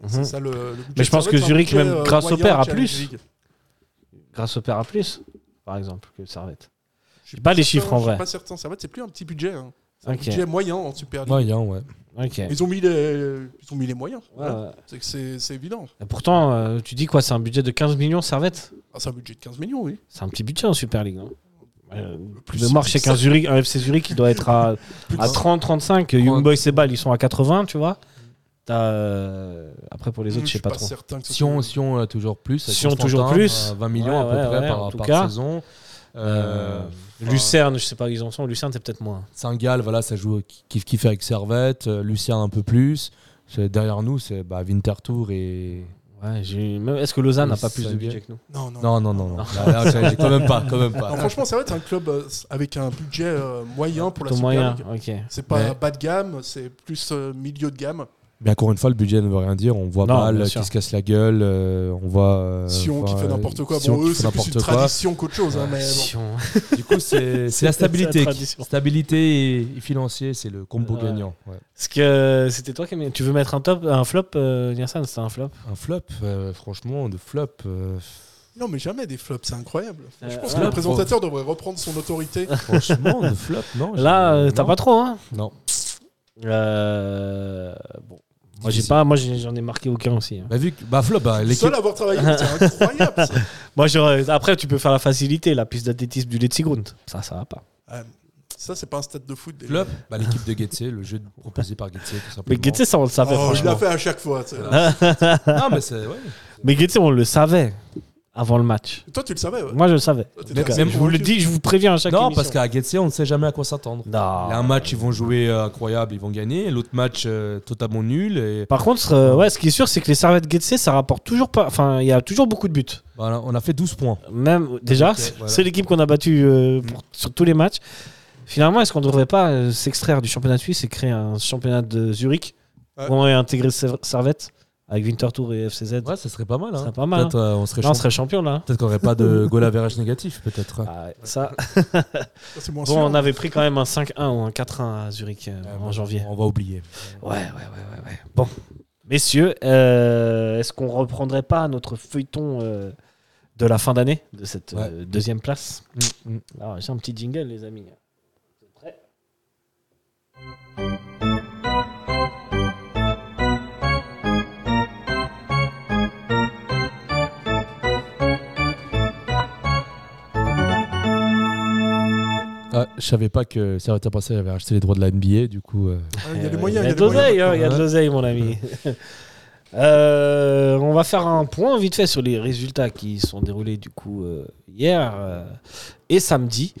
Et
Mhm.
C'est ça le, le budget
Mais je
de
pense
Servette,
que
c'est un
Zurich,
budget,
même
euh,
grâce au
moyen
père, a
Challenge
plus.
League.
Grâce au Pera Plus, par exemple, que Servette.
Je suis
Pas les
certain,
chiffres, en
je suis
vrai.
Pas certain. Servette, c'est plus un petit budget. hein. C'est
Ok.
Un budget moyen en Super League.
moyen, bah, ouais.
Ok.
Ils ont mis les, ils ont mis les moyens.
Ouais,
Voilà.
ouais.
C'est que c'est c'est évident.
Et pourtant, euh, tu dis quoi C'est un budget de 15 millions, Servette
Ah, c'est un budget de 15 millions, oui.
C'est un petit budget en Super League, non Euh,
Plus-
de mémoire, je sais qu'un Zurich, un FC Zurich qui doit être à,
plus-
à 30-35. Young Boys et Bâle, ils sont à 80, tu vois. T'as, euh, Après, pour les autres, je
Hmm,
sais
suis
pas trop.
certain que ce
Sion,
soit-
Sion euh, toujours plus. avec
Sion, toujours
Constantin,
plus.
euh, 20 millions
Ouais,
à peu
ouais,
près
ouais, en
par,
tout
par
cas.
saison.
Euh,
Euh, enfin,
Lucerne, je sais pas où ils en sont. Lucerne, c'est peut-être moins.
Saint-Gall, voilà, ça joue kiff kiff avec Servette. euh, Lucien un peu plus. C'est- Derrière nous, c'est bah, Winterthur et.
Ouais, j'ai- même- Est-ce que Lausanne n'a
Oui,
pas plus
ça
de
y est.
budget que nous
Non, non.
Non, non, non, non. Là, là, j'ai- j'ai quand même pas, quand même
Non,
pas.
franchement, Servette, c'est un club euh, avec un budget euh, moyen pour la
Plutôt
Super
moyen,
League.
ok.
C'est pas
Mais-
bas de gamme, c'est plus euh, milieu de gamme.
Mais encore une fois, le budget ne veut rien dire. On voit
Non,
mal
bien
qui
sûr.
se casse la gueule. euh, on voit. euh,
Sion qui
enfin,
fait n'importe quoi.
Sion
Bon,
qui
eux,
fait
c'est plus une
n'importe quoi.
tradition qu'autre chose. hein, mais bon.
Sion.
Du coup, c'est c'est la
C'est la
stabilité.
tradition.
stabilité et, et financier, c'est le combo
Ouais.
gagnant. ouais.
Est-ce que euh, c'était toi qui aimais- Tu veux mettre un top, un flop, euh, Nielsen C'était un flop.
Un flop, euh, franchement, de flop. euh,
Non, mais jamais des flops, c'est incroyable.
Euh,
Je pense que
ouais.
le présentateur devrait reprendre son autorité.
franchement, de flop, non.
Là, euh,
j'ai-
t'as
non.
pas trop, hein
Non.
Euh, bon. Moi, j'ai
Difficile.
pas, moi, j'ai- j'en ai marqué aucun aussi. hein.
Bah, vu que, bah, flop, bah, l'équipe.
Seul à avoir travaillé, c'est incroyable. ça.
Moi, j'aurais- après, tu peux faire la facilité, la piste d'athlétisme du Letzigrund. Ça, ça va pas.
Euh, Ça, c'est pas un stade de foot. déjà.
Flop, bah, l'équipe de Getze, le jeu proposé par Getze, tout simplement.
Ah, Mais Guetze, ça, on le savait,
Oh, il
franchement.
l'a fait à chaque fois. tu sais.
Non, mais c'est. ouais.
Mais Guetze, on le savait avant le match.
Toi, tu le savais. ouais.
Moi, je le savais.
Toi, t'étais
Donc,
assez
euh, je vous le
convaincu.
dis, je vous préviens à chaque
Non,
émission.
parce qu'à Getze, on ne sait jamais à quoi s'attendre. Il y a
Non.
un match, ils vont jouer euh, incroyable, ils vont gagner. L'autre match, euh, totalement nul. Et
Par contre, euh, ouais, ce qui est sûr, c'est que les servettes Guetze, ça rapporte toujours pas. Enfin, il y a toujours beaucoup de buts.
Voilà, on a fait 12 points.
Même déjà,
Ok,
c'est
euh, voilà. Mm.
c'est l'équipe qu'on a battue euh, pour- sur tous les matchs. Finalement, est-ce qu'on ne devrait pas euh, s'extraire du championnat de Suisse et créer un championnat de Zurich
Ouais.
où on aurait intégré Ser- Servette avec Winterthur et FCZ
Ouais, ça serait pas mal.
Ça
hein.
serait pas mal,
Peut-être euh, on serait
Là, on
champ-
serait champion là.
Peut-être qu'on n'aurait pas de goal average négatif, peut-être.
Ah ouais, ça.
Ça, C'est moins
Bon,
sûr.
on avait pris quand même un 5-1 ou un 4-1 à Zurich euh,
Euh,
en
bon,
janvier.
On va oublier.
Ouais, ouais, ouais, ouais. ouais. Bon. Messieurs, euh, est-ce qu'on reprendrait pas notre feuilleton euh, de la fin d'année, de cette
Ouais.
euh, deuxième place
Mm, mm.
Alors, j'ai un petit jingle, les amis. Vous êtes prêts
Ah, je savais pas que Servette Passé avait racheté les droits de la NBA, du coup. euh,
Ah, Il y a des
Euh,
moyens.
Il y a
des
de l'oseille,
moyens.
hein, il y a de
Ouais.
l'oseille, mon ami. Euh, on va faire un point vite fait sur les résultats qui sont déroulés du coup euh, hier euh, et samedi.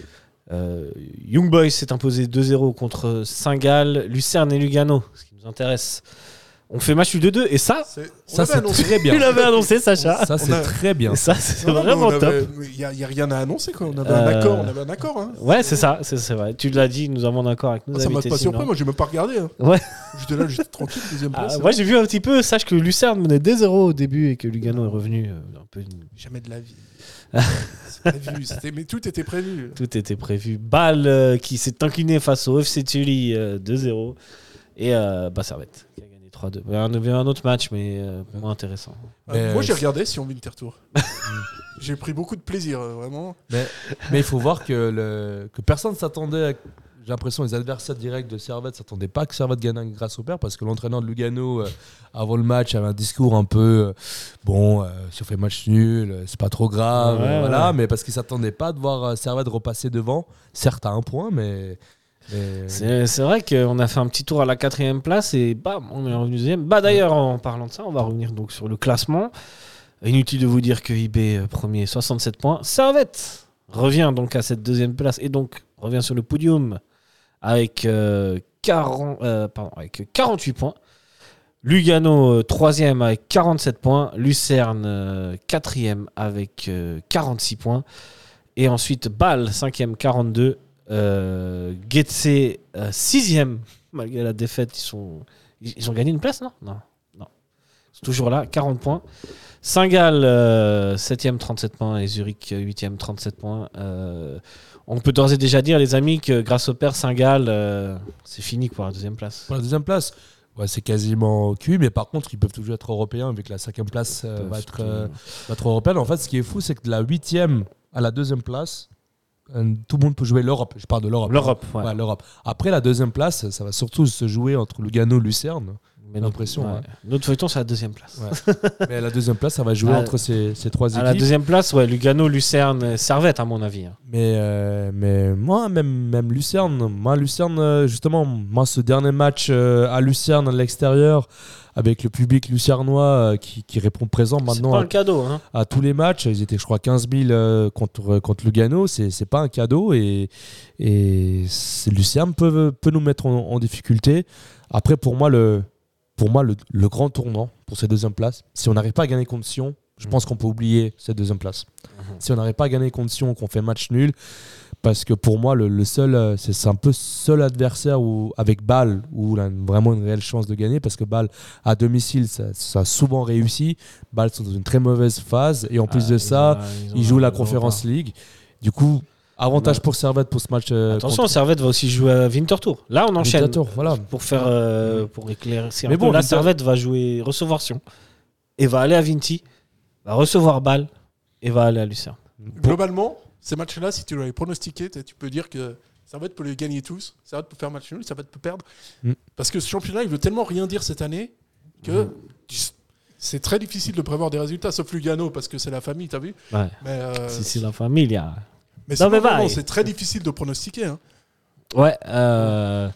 Euh, Young Boys s'est imposé 2-0 contre Saint-Gall, Lucerne et Lugano, ce qui nous intéresse. On fait match nul 2-2 et ça,
C'est- on
Ça,
avait
c'est
annoncé-
très
tu
bien.
l'avais annoncé, Sacha.
Ça, c'est
Ah, a-
très bien.
Et ça, c'est
Non, non, mais on
vraiment top.
avait- Il n'y a, il y a rien à annoncer. Quoi. On avait un
Euh,
accord. On avait un accord. hein.
Ouais, c'est ça, c'est c'est vrai. Tu l'as dit, nous avons un accord avec nous.
Ah, Ça m'a pas surpris. Moi, j'ai même pas regardé. hein.
Ouais. Ah,
J'étais là, j'étais tranquille. Deuxième place. hein.
moi, j'ai vu un petit peu. Sache que Lucerne menait 2-0 au début et que Lugano est revenu euh, un peu
Jamais de la vie. C'est prévu, c'était- mais tout était prévu. Euh,
Tout était prévu. Bâle euh, qui s'est incliné face au FC Tully euh, 2-0. Et euh, bah, Servette qui a gagné 3-2. Il y avait un autre match, mais euh, moins intéressant.
Euh,
Mais-
moi, j'ai regardé si on Wintertour. j'ai pris beaucoup de plaisir, euh, vraiment.
Mais il faut voir que, le, que personne ne s'attendait. à- J'ai l'impression que les adversaires directs de Servette ne s'attendaient pas que Servette gagne grâce au père parce que l'entraîneur de Lugano, euh, avant le match, avait un discours un peu euh, bon, euh, si on fait match nul, euh, c'est pas trop grave,
Ouais,
euh, voilà,
ouais.
mais parce qu'ils ne s'attendaient pas de voir euh, Servette repasser devant, certes à un point, mais. mais-
C'est c'est vrai qu'on a fait un petit tour à la quatrième place et bam, on est revenu deuxième. Bah d'ailleurs, en parlant de ça, on va revenir donc sur le classement. Inutile de vous dire que IB euh, premier 67 points. Servette revient donc à cette deuxième place et donc revient sur le podium avec, euh, 40, euh, pardon, avec 48 points. Lugano euh, troisième avec 47 points. Lucerne euh, quatrième avec euh, 46 points. Et ensuite, Bâle, 5e, 42. Euh, Getse, 6e. Malgré la défaite, ils, sont... ils ils ont gagné une place, non Non. non. Ils sont toujours là, 40 points. Saint-Gall, 7e, 37 points. Et Zurich, 8e, 37 points. Euh, on peut d'ores et déjà dire, les amis, que grâce au père Saint-Gall, euh, c'est fini, quoi, deuxième place.
Pour la deuxième place, ouais, c'est quasiment cuit, mais par contre, ils peuvent toujours être européens, vu que la cinquième place euh, va, être, euh, va être européenne. En fait, ce qui est fou, c'est que de la huitième à la deuxième place, euh, tout le monde peut jouer l'Europe. Je parle de l'Europe. hein.
L'Europe, ouais.
Ouais, l'Europe. Après, la deuxième place, ça va surtout se jouer entre Lugano et Lucerne.
Mais
l'impression,
notre-
ouais.
Notre feuilleton, c'est la deuxième place.
mais à la deuxième place, ça va jouer
Ah,
entre ces, ces trois
À la
équipes.
deuxième place, ouais, Lugano, Lucerne, Servette, à mon avis. hein.
Mais, euh, mais moi, même, même Lucerne, moi, Lucerne, euh, justement, moi, ce dernier match euh, à Lucerne, à l'extérieur, avec le public lucernois euh, qui, qui répond présent
C'est
maintenant
pas
à,
un cadeau. Hein.
à tous les matchs. Ils étaient, je crois, 15 000 euh, contre, contre Lugano. C'est c'est pas un cadeau. Et, et c'est- Lucerne peut, peut nous mettre en, en difficulté. Après, pour moi, le, pour moi le, le grand tournant pour ces deuxièmes places, si on n'arrive pas à gagner contre Sion,
Mm.
je pense qu'on peut oublier cette deuxième place.
Mm-hmm.
Si on n'arrive pas à gagner contre Sion, qu'on fait match nul, parce que pour moi, le, le seul, euh, c'est c'est un peu seul adversaire où, avec Bâle où on a une- vraiment une réelle chance de gagner, parce que Bâle à domicile, ça, ça a souvent réussi. Bâle sont dans une très mauvaise phase, et en plus
Ah,
de
ils
ça,
ont un- ont
ils
un
jouent la
gros
Conférence League. Du coup, avantage
Ouais.
pour Servette pour ce match. euh,
pas. Attention,
contre
Servette va aussi jouer à Winterthur. Là, on enchaîne.
Dictator, voilà.
Pour faire, euh, pour éclaircir.
Mais
Mais
bon,
bon, la
Winter-
Servette va jouer recevoir Sion et va aller à Vinti, va recevoir Bâle et va aller à Lucerne.
Globalement, ces matchs-là, si tu l'avais pronostiqué, t'as- tu peux dire que Servette peut les gagner tous, Servette peut faire match nul, Servette peut perdre.
Mm.
Parce que ce championnat, il veut tellement rien dire cette année que
Mm.
tu- c'est très difficile de prévoir des résultats, sauf Lugano, parce que c'est la famille, t'as vu
Ouais.
Mais, euh,
Si c'est la famille, il y a.
mais
Non, mais
sinon, vraiment,
bye.
c'est très difficile de pronostiquer. hein.
Ouais. euh,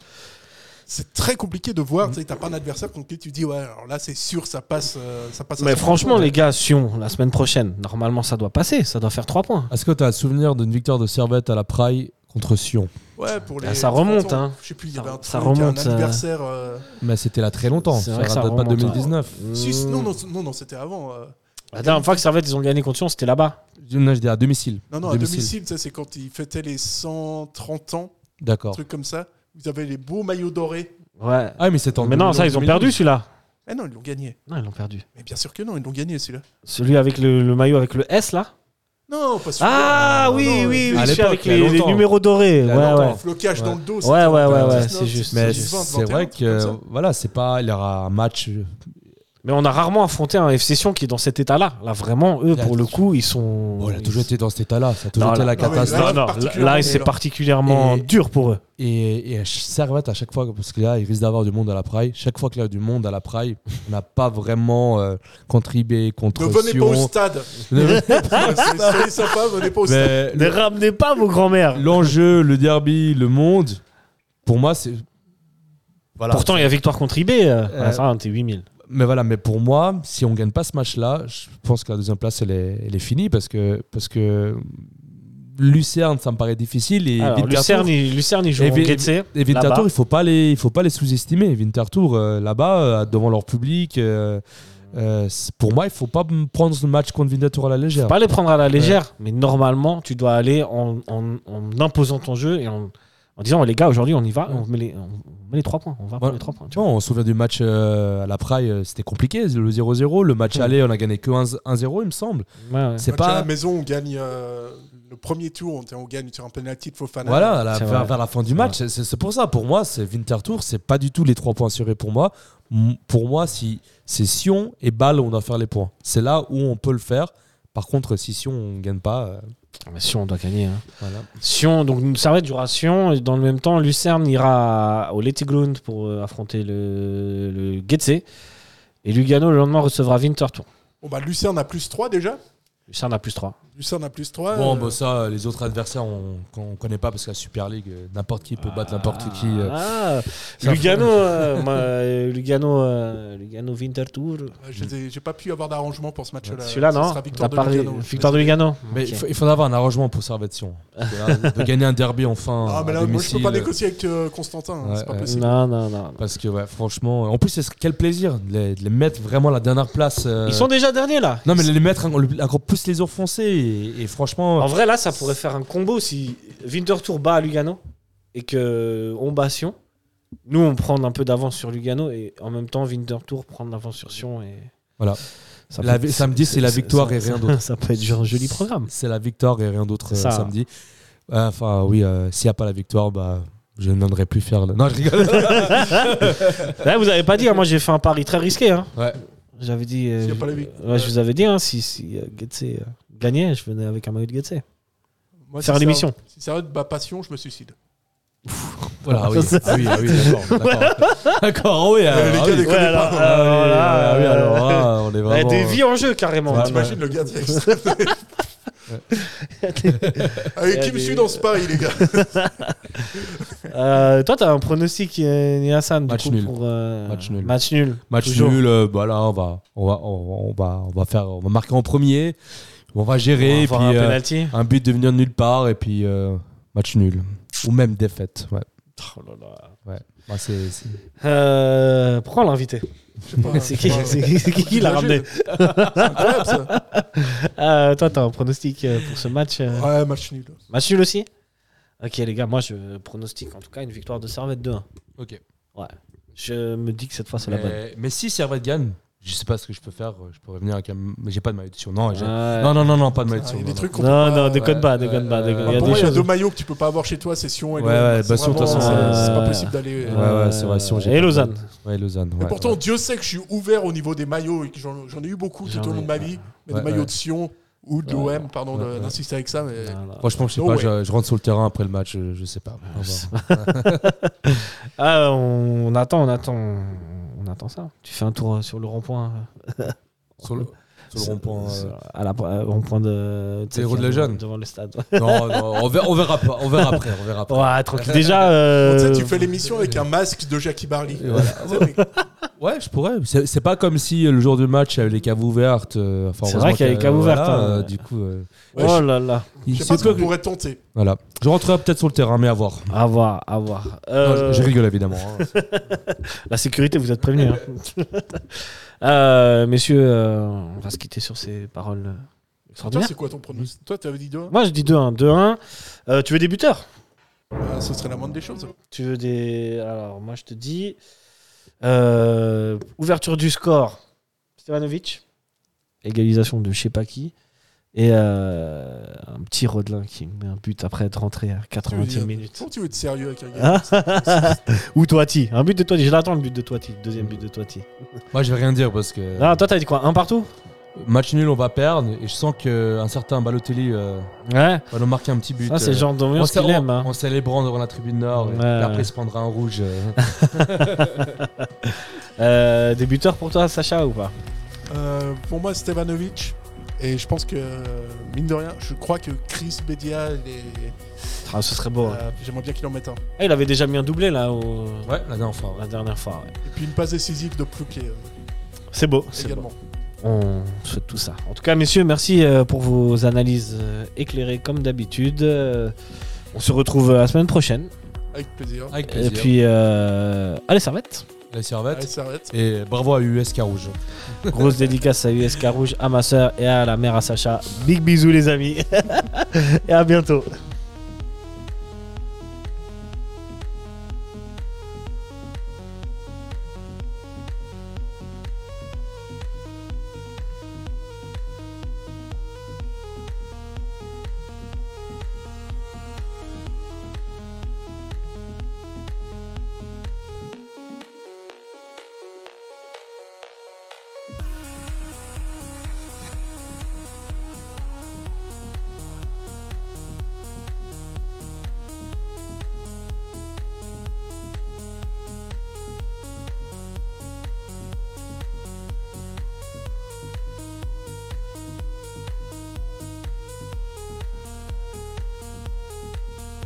C'est très compliqué de
Mm.
voir, tu sais, t'as pas un adversaire contre qui tu dis, ouais, alors là, c'est sûr, ça passe. euh, ça passe à
Mais
ce
franchement,
point.
les gars, Sion, la semaine prochaine, normalement, ça doit passer, ça doit faire 3 points.
Est-ce que tu as un souvenir d'une victoire de Servette à la Praille contre Sion
Ouais, pour les-
Ah, ça remonte,
attends,
hein.
Je sais plus, il y
Ça-
avait un,
ça
truc,
remonte,
un
euh,
anniversaire. euh,
Mais c'était là très longtemps.
C'est
Ça
vrai que ça
date pas de
remonte, hein.
2019.
suisse- non, non, non, non, c'était avant. euh.
La dernière fois que Servette, ils ont gagné contre Sion, c'était là-bas.
Non, je dis à domicile.
Non, non, à domicile, ça, c'est quand ils fêtaient les 130 ans, un
D'accord.
truc comme ça. Ils avaient les beaux maillots dorés.
Ouais.
Ah, mais c'est en
Mais non, ça, ils ont
2012.
perdu celui-là.
Ah non, ils l'ont gagné.
Non, ils l'ont perdu.
Mais bien sûr que non, ils l'ont gagné celui-là.
Celui avec le, le maillot avec le S là
Non, pas celui-là.
Ah
Non,
oui,
non,
oui,
avec
oui,
à
celui
l'époque,
avec
il y a
les, les
longtemps.
numéros dorés.
Il y
Ouais,
a
les-
ouais.
le Flocage
Ah Ouais.
dans le dos.
Ouais,
c'était
ouais, ouais,
19,
ouais, c'est juste.
Mais
20,
c'est
21,
vrai
un truc comme
que
ça.
voilà, c'est pas il y aura un match. euh,
Mais on a rarement affronté un FC Sion qui est dans cet état-là. Là, vraiment, eux,
Là,
pour le coup, ils sont.
Bon, oh, il a toujours été dans cet état-là, ça a toujours
Non,
été
là-
la
non, mais
catastrophe.
Non, non,
particulièrement
là, c'est
dur.
particulièrement
Et-
dur pour eux.
Et, et à ch- Servette, à chaque fois, parce que là, il risque d'avoir du monde à la praille. Chaque fois qu'il y a du monde à la praille, on n'a pas vraiment euh, contribué contre
Ne venez pas au
Sion.
stade.
Ne venez-
C'est- Soyez sympa, venez pas au stade.
Mais
Ne ramenez pas vos grands-mères.
L'enjeu, le derby, le monde, pour moi, c'est. Voilà.
Pourtant, il y a victoire contre IB. euh, ouais, ça, on était 8000.
Mais voilà, mais pour moi, si on gagne pas ce match-là, je pense que la deuxième place, elle est, elle est finie parce que, parce que Lucerne, ça me paraît difficile. Et
Alors,
Winterthur-
Lucerne, ils Lucerne, ils jouent
Et
en
Vi-
Getse,
et
là-bas.
Winterthur, il faut pas les, il faut pas les sous-estimer. Winterthur, euh, là-bas, euh, devant leur public, euh, euh, c'est- pour moi, il faut pas m- prendre le match contre Winterthur à la légère.
Pas les prendre à la légère, mais normalement, tu dois aller en, en- en imposant ton jeu et en, en disant les gars, aujourd'hui, on y va, on met les, on met les trois points. On va prendre
Voilà.
les trois points. tu
Tu vois, on se souvient du match euh, à la Praille, euh, c'était compliqué, le 0-0. Le match
Ouais.
aller, on a gagné que 1-0, il me semble.
vois. Ouais, ouais.
C'est
Match à
pas.
la maison, on gagne euh, le premier tour, on, on gagne sur un penalty de Fofana.
Voilà, à la-
C'est
vers,
vrai.
vers la fin du match, c'est- c'est c'est pour ça. Pour moi, c'est Winterthur, c'est pas du tout les trois points assurés pour moi. M- Pour moi, si c'est Sion et Bâle, on doit faire les points. C'est là où on peut le faire. Par contre, si Sion, on gagne pas. euh,
Mais Sion, on doit gagner. hein.
voilà.
Sion, donc nous Servette jouera à Sion et dans le même temps, Lucerne ira au Lettigrund pour euh, affronter le, le Getse. Et Lugano, le lendemain, recevra Winterthur.
Bon, bah, Lucerne a plus 3 déjà.
Lucerne a plus 3.
Lucerne a plus 3.
Bon, bah ça, euh, les autres adversaires, on, qu'on connaît pas parce que la Super League, euh, n'importe qui peut battre n'importe qui. euh. ça
Ah, Lugano, euh, moi, euh, Lugano, euh, Lugano Winterthur.
J'ai pas pu avoir d'arrangement pour ce match-là.
Bah, Celui-là,
Ce
non
sera victoire
T'as
de
parlé-
Lugano.
Victoire de Lugano.
Mais
Ok.
il faut- il faudra avoir un arrangement pour Servette Sion. Parce que là, hein, de gagner un derby enfin.
Ah, mais
à
là, moi, je peux
domicile,
pas
euh,
négocier avec euh, Constantin. hein,
Ouais,
c'est pas
ouais.
possible.
Non, non, non.
Parce que, ouais, franchement. En plus, c'est- quel plaisir de les, de les mettre vraiment à la dernière place. euh,
Ils sont déjà derniers là.
Non, mais les mettre en- encore plus plus les enfoncer. Et, et franchement,
En vrai, là, ça pourrait faire un combo si Winterthur bat à Lugano et que on bat Sion. Nous, on prend un peu d'avance sur Lugano et en même temps, Winterthur prend de l'avance sur Sion. Et...
Voilà.
Ça
La
peut-
vi- samedi, c'est la victoire et rien d'autre.
Ça peut être genre un joli programme.
c'est la victoire et rien d'autre euh,
Ça.
samedi. Euh, Enfin, oui, euh, s'il n'y a pas la victoire, bah, je n'aimerais plus faire le. Non, je rigole.
Ouais, vous avez pas dit, hein, moi j'ai fait un pari très risqué. hein.
Ouais.
J'avais dit. euh,
S'il y a
je-
pas la vic-
ouais, je vous avais dit, hein, si, si euh, Getse, euh, gagnait, je venais avec un maillot de Getse.
Moi,
Faire
si ça-
l'émission.
Si ça va bah, passion, je me suicide.
voilà, oui. Ah oui, ah oui, d'accord, d'accord. D'accord, ah oui. alors, ah
les gars,
oui.
les connais
alors,
pas.
euh,
Ah oui,
voilà,
ah oui,
euh,
alors là, on est
ouais,
vraiment. euh,
des vies en jeu carrément.
Ouais,
tu
Imagine le gars. Allez, Ah, qui me suit dans ce pari, les gars
vois. Euh, toi, t'as un pronostic, euh, Niassan, du
Match
coup,
nul.
pour euh,
Match nul.
Match nul.
Match
toujours.
nul, euh, bah là, on va, on va, on, on va, on va faire, on va marquer en premier, on va gérer,
On va avoir un
puis euh,
penalty.
un, but de venir de nulle part, et puis euh, match nul ou même défaite. Ouais.
Oh là là.
Ouais. Bah, c'est- c'est-
Euh, pourquoi on l'a invité
Je sais pas,
C'est
je
qui,
sais pas.
c'est qui- c'est qui qui l'a
Imagine.
ramené
Incroyable, ça.
Euh, Toi, t'as un pronostic euh, pour ce match euh,
Ouais, match nul.
Match nul aussi Ok, les gars, moi, je pronostique en tout cas une victoire de Servette 2-1.
Ok.
Ouais. Je me dis que cette fois, c'est la bonne.
Mais, mais si Servette gagne, je sais pas ce que je peux faire. euh, Je pourrais venir avec un. Mais j'ai pas de maillot de sion. Non, j'ai-
Ouais.
non, non, non, non, pas de maillot de
Ah,
sion.
Il y a
non,
des trucs qu'on peut
Non,
pas-
non, déconne
ouais,
pas, déconne pas,
ouais,
déconne.
ouais.
Il y a
Ah, Bah, Pour
des
moi, il y a
choses.
deux maillots que tu peux pas avoir chez toi, c'est Sion et
Ouais,
Lausanne.
ouais, bah,
C'est
Sion, de toute façon,
vraiment- c'est c'est
euh,
pas possible d'aller.
Ouais, ouais, c'est vrai, Sion, j'ai pas
Et
de-
Lausanne.
Ouais, Lausanne.
Mais
ouais,
pourtant,
ouais.
Dieu sait que je suis ouvert au niveau des maillots et que j'en j'en ai eu beaucoup tout
J'en
au long
ai-
de ma vie. Mais
Ouais,
des maillots
ouais.
de Sion ou de
Ouais.
l'OM, pardon
Ouais,
de-
ouais.
d'insister avec ça. Mais...
Voilà.
Franchement, je sais
No
pas,
way.
je, je rentre sur le terrain après le match, je, je sais pas. On va voir.
Ah, on on attend, on attend, on attend ça. Tu fais un tour euh, sur le rond-point. euh,
Sur le, sur le rond-point. euh,
sur- À la euh, rond-point de. tu sais,
Héros de
qu'il y a
la
devant-
Jeune.
Devant le stade. ouais.
Non, non, on verra, on verra pas, on verra après, on verra après.
Ouais, tranquille. Déjà.
Bon, tu
euh,
sais, tu fais l'émission avec un masque de Jackie Barley.
Et voilà.
Tu sais, mais-
Ouais, je pourrais. C'est c'est pas comme si euh, le jour du match, il y avait les caves ouvertes. euh, enfin,
C'est
heureusement
vrai qu'il y a les
que-
caves ouvertes,
voilà,
hein.
euh, Du coup, euh,
Ouais,
oh là là.
il
Je sais
se
pas ce
peut
qu'on
que-
pourrait tenter.
Voilà. Je rentrerai peut-être sur le terrain, mais à voir.
À voir, à voir. Euh,
Non, je, je rigole évidemment. hein.
La sécurité, vous êtes prévenus. hein. Euh, messieurs, euh, on va se quitter sur ces paroles euh,
Toi,
extraordinaires.
c'est quoi ton pronostic Toi, tu avais dit deux hein
Moi, je dis 2-1. 2-1. Euh, tu veux des buteurs
Ah, Ce serait la moindre des choses.
Tu veux des. Alors, moi, je te dis. euh, ouverture du score, Stevanovic. Égalisation de je sais pas qui. Et euh, un petit Rodelin qui met un but après être rentré à
Tu veux
80
dire-
minutes.
Comment tu veux être sérieux avec un gars
Hein Ou Toiti. Un but de Toiti. Je l'attends, le but de Toiti. le Deuxième but de Toiti.
Moi, je vais rien dire parce que
Non, toi, t'as dit quoi Un partout
match nul, on va perdre. Et je sens qu'un certain Balotelli euh,
Ouais.
va nous marquer un petit but.
Ça, Ah, c'est
euh,
le genre
en,
d'ambiance
cé-
qu'il aime. hein.
en- en célébrant devant la tribune nord. et
Ouais,
puis après,
ouais.
il se prendra un rouge. euh.
Euh, des buteurs pour toi, Sacha, ou pas
Euh, Pour moi, Stevanovic. Et je pense que, euh, mine de rien, je crois que Chris Bedia, il est-
Ah, Ce serait beau. hein.
euh, j'aimerais bien qu'il en mette un.
Ah, il avait déjà mis un doublé, là, au-
ouais, la dernière fois. ouais.
la dernière fois. ouais.
Et puis une passe décisive de Plouquet euh,
C'est beau. c'est beau.
également.
On souhaite tout ça. En tout cas, messieurs, merci euh, pour vos analyses euh, éclairées, comme d'habitude. Euh, On se retrouve euh, la semaine prochaine.
Avec plaisir.
Avec
Et
plaisir.
puis, euh, allez, servette.
la
Allez,
servette.
s'arrête.
Et bravo à USK Rouge.
Grosse dédicace à USK Rouge, à ma soeur et à la mère à Sacha. Big bisous, les amis. et à bientôt.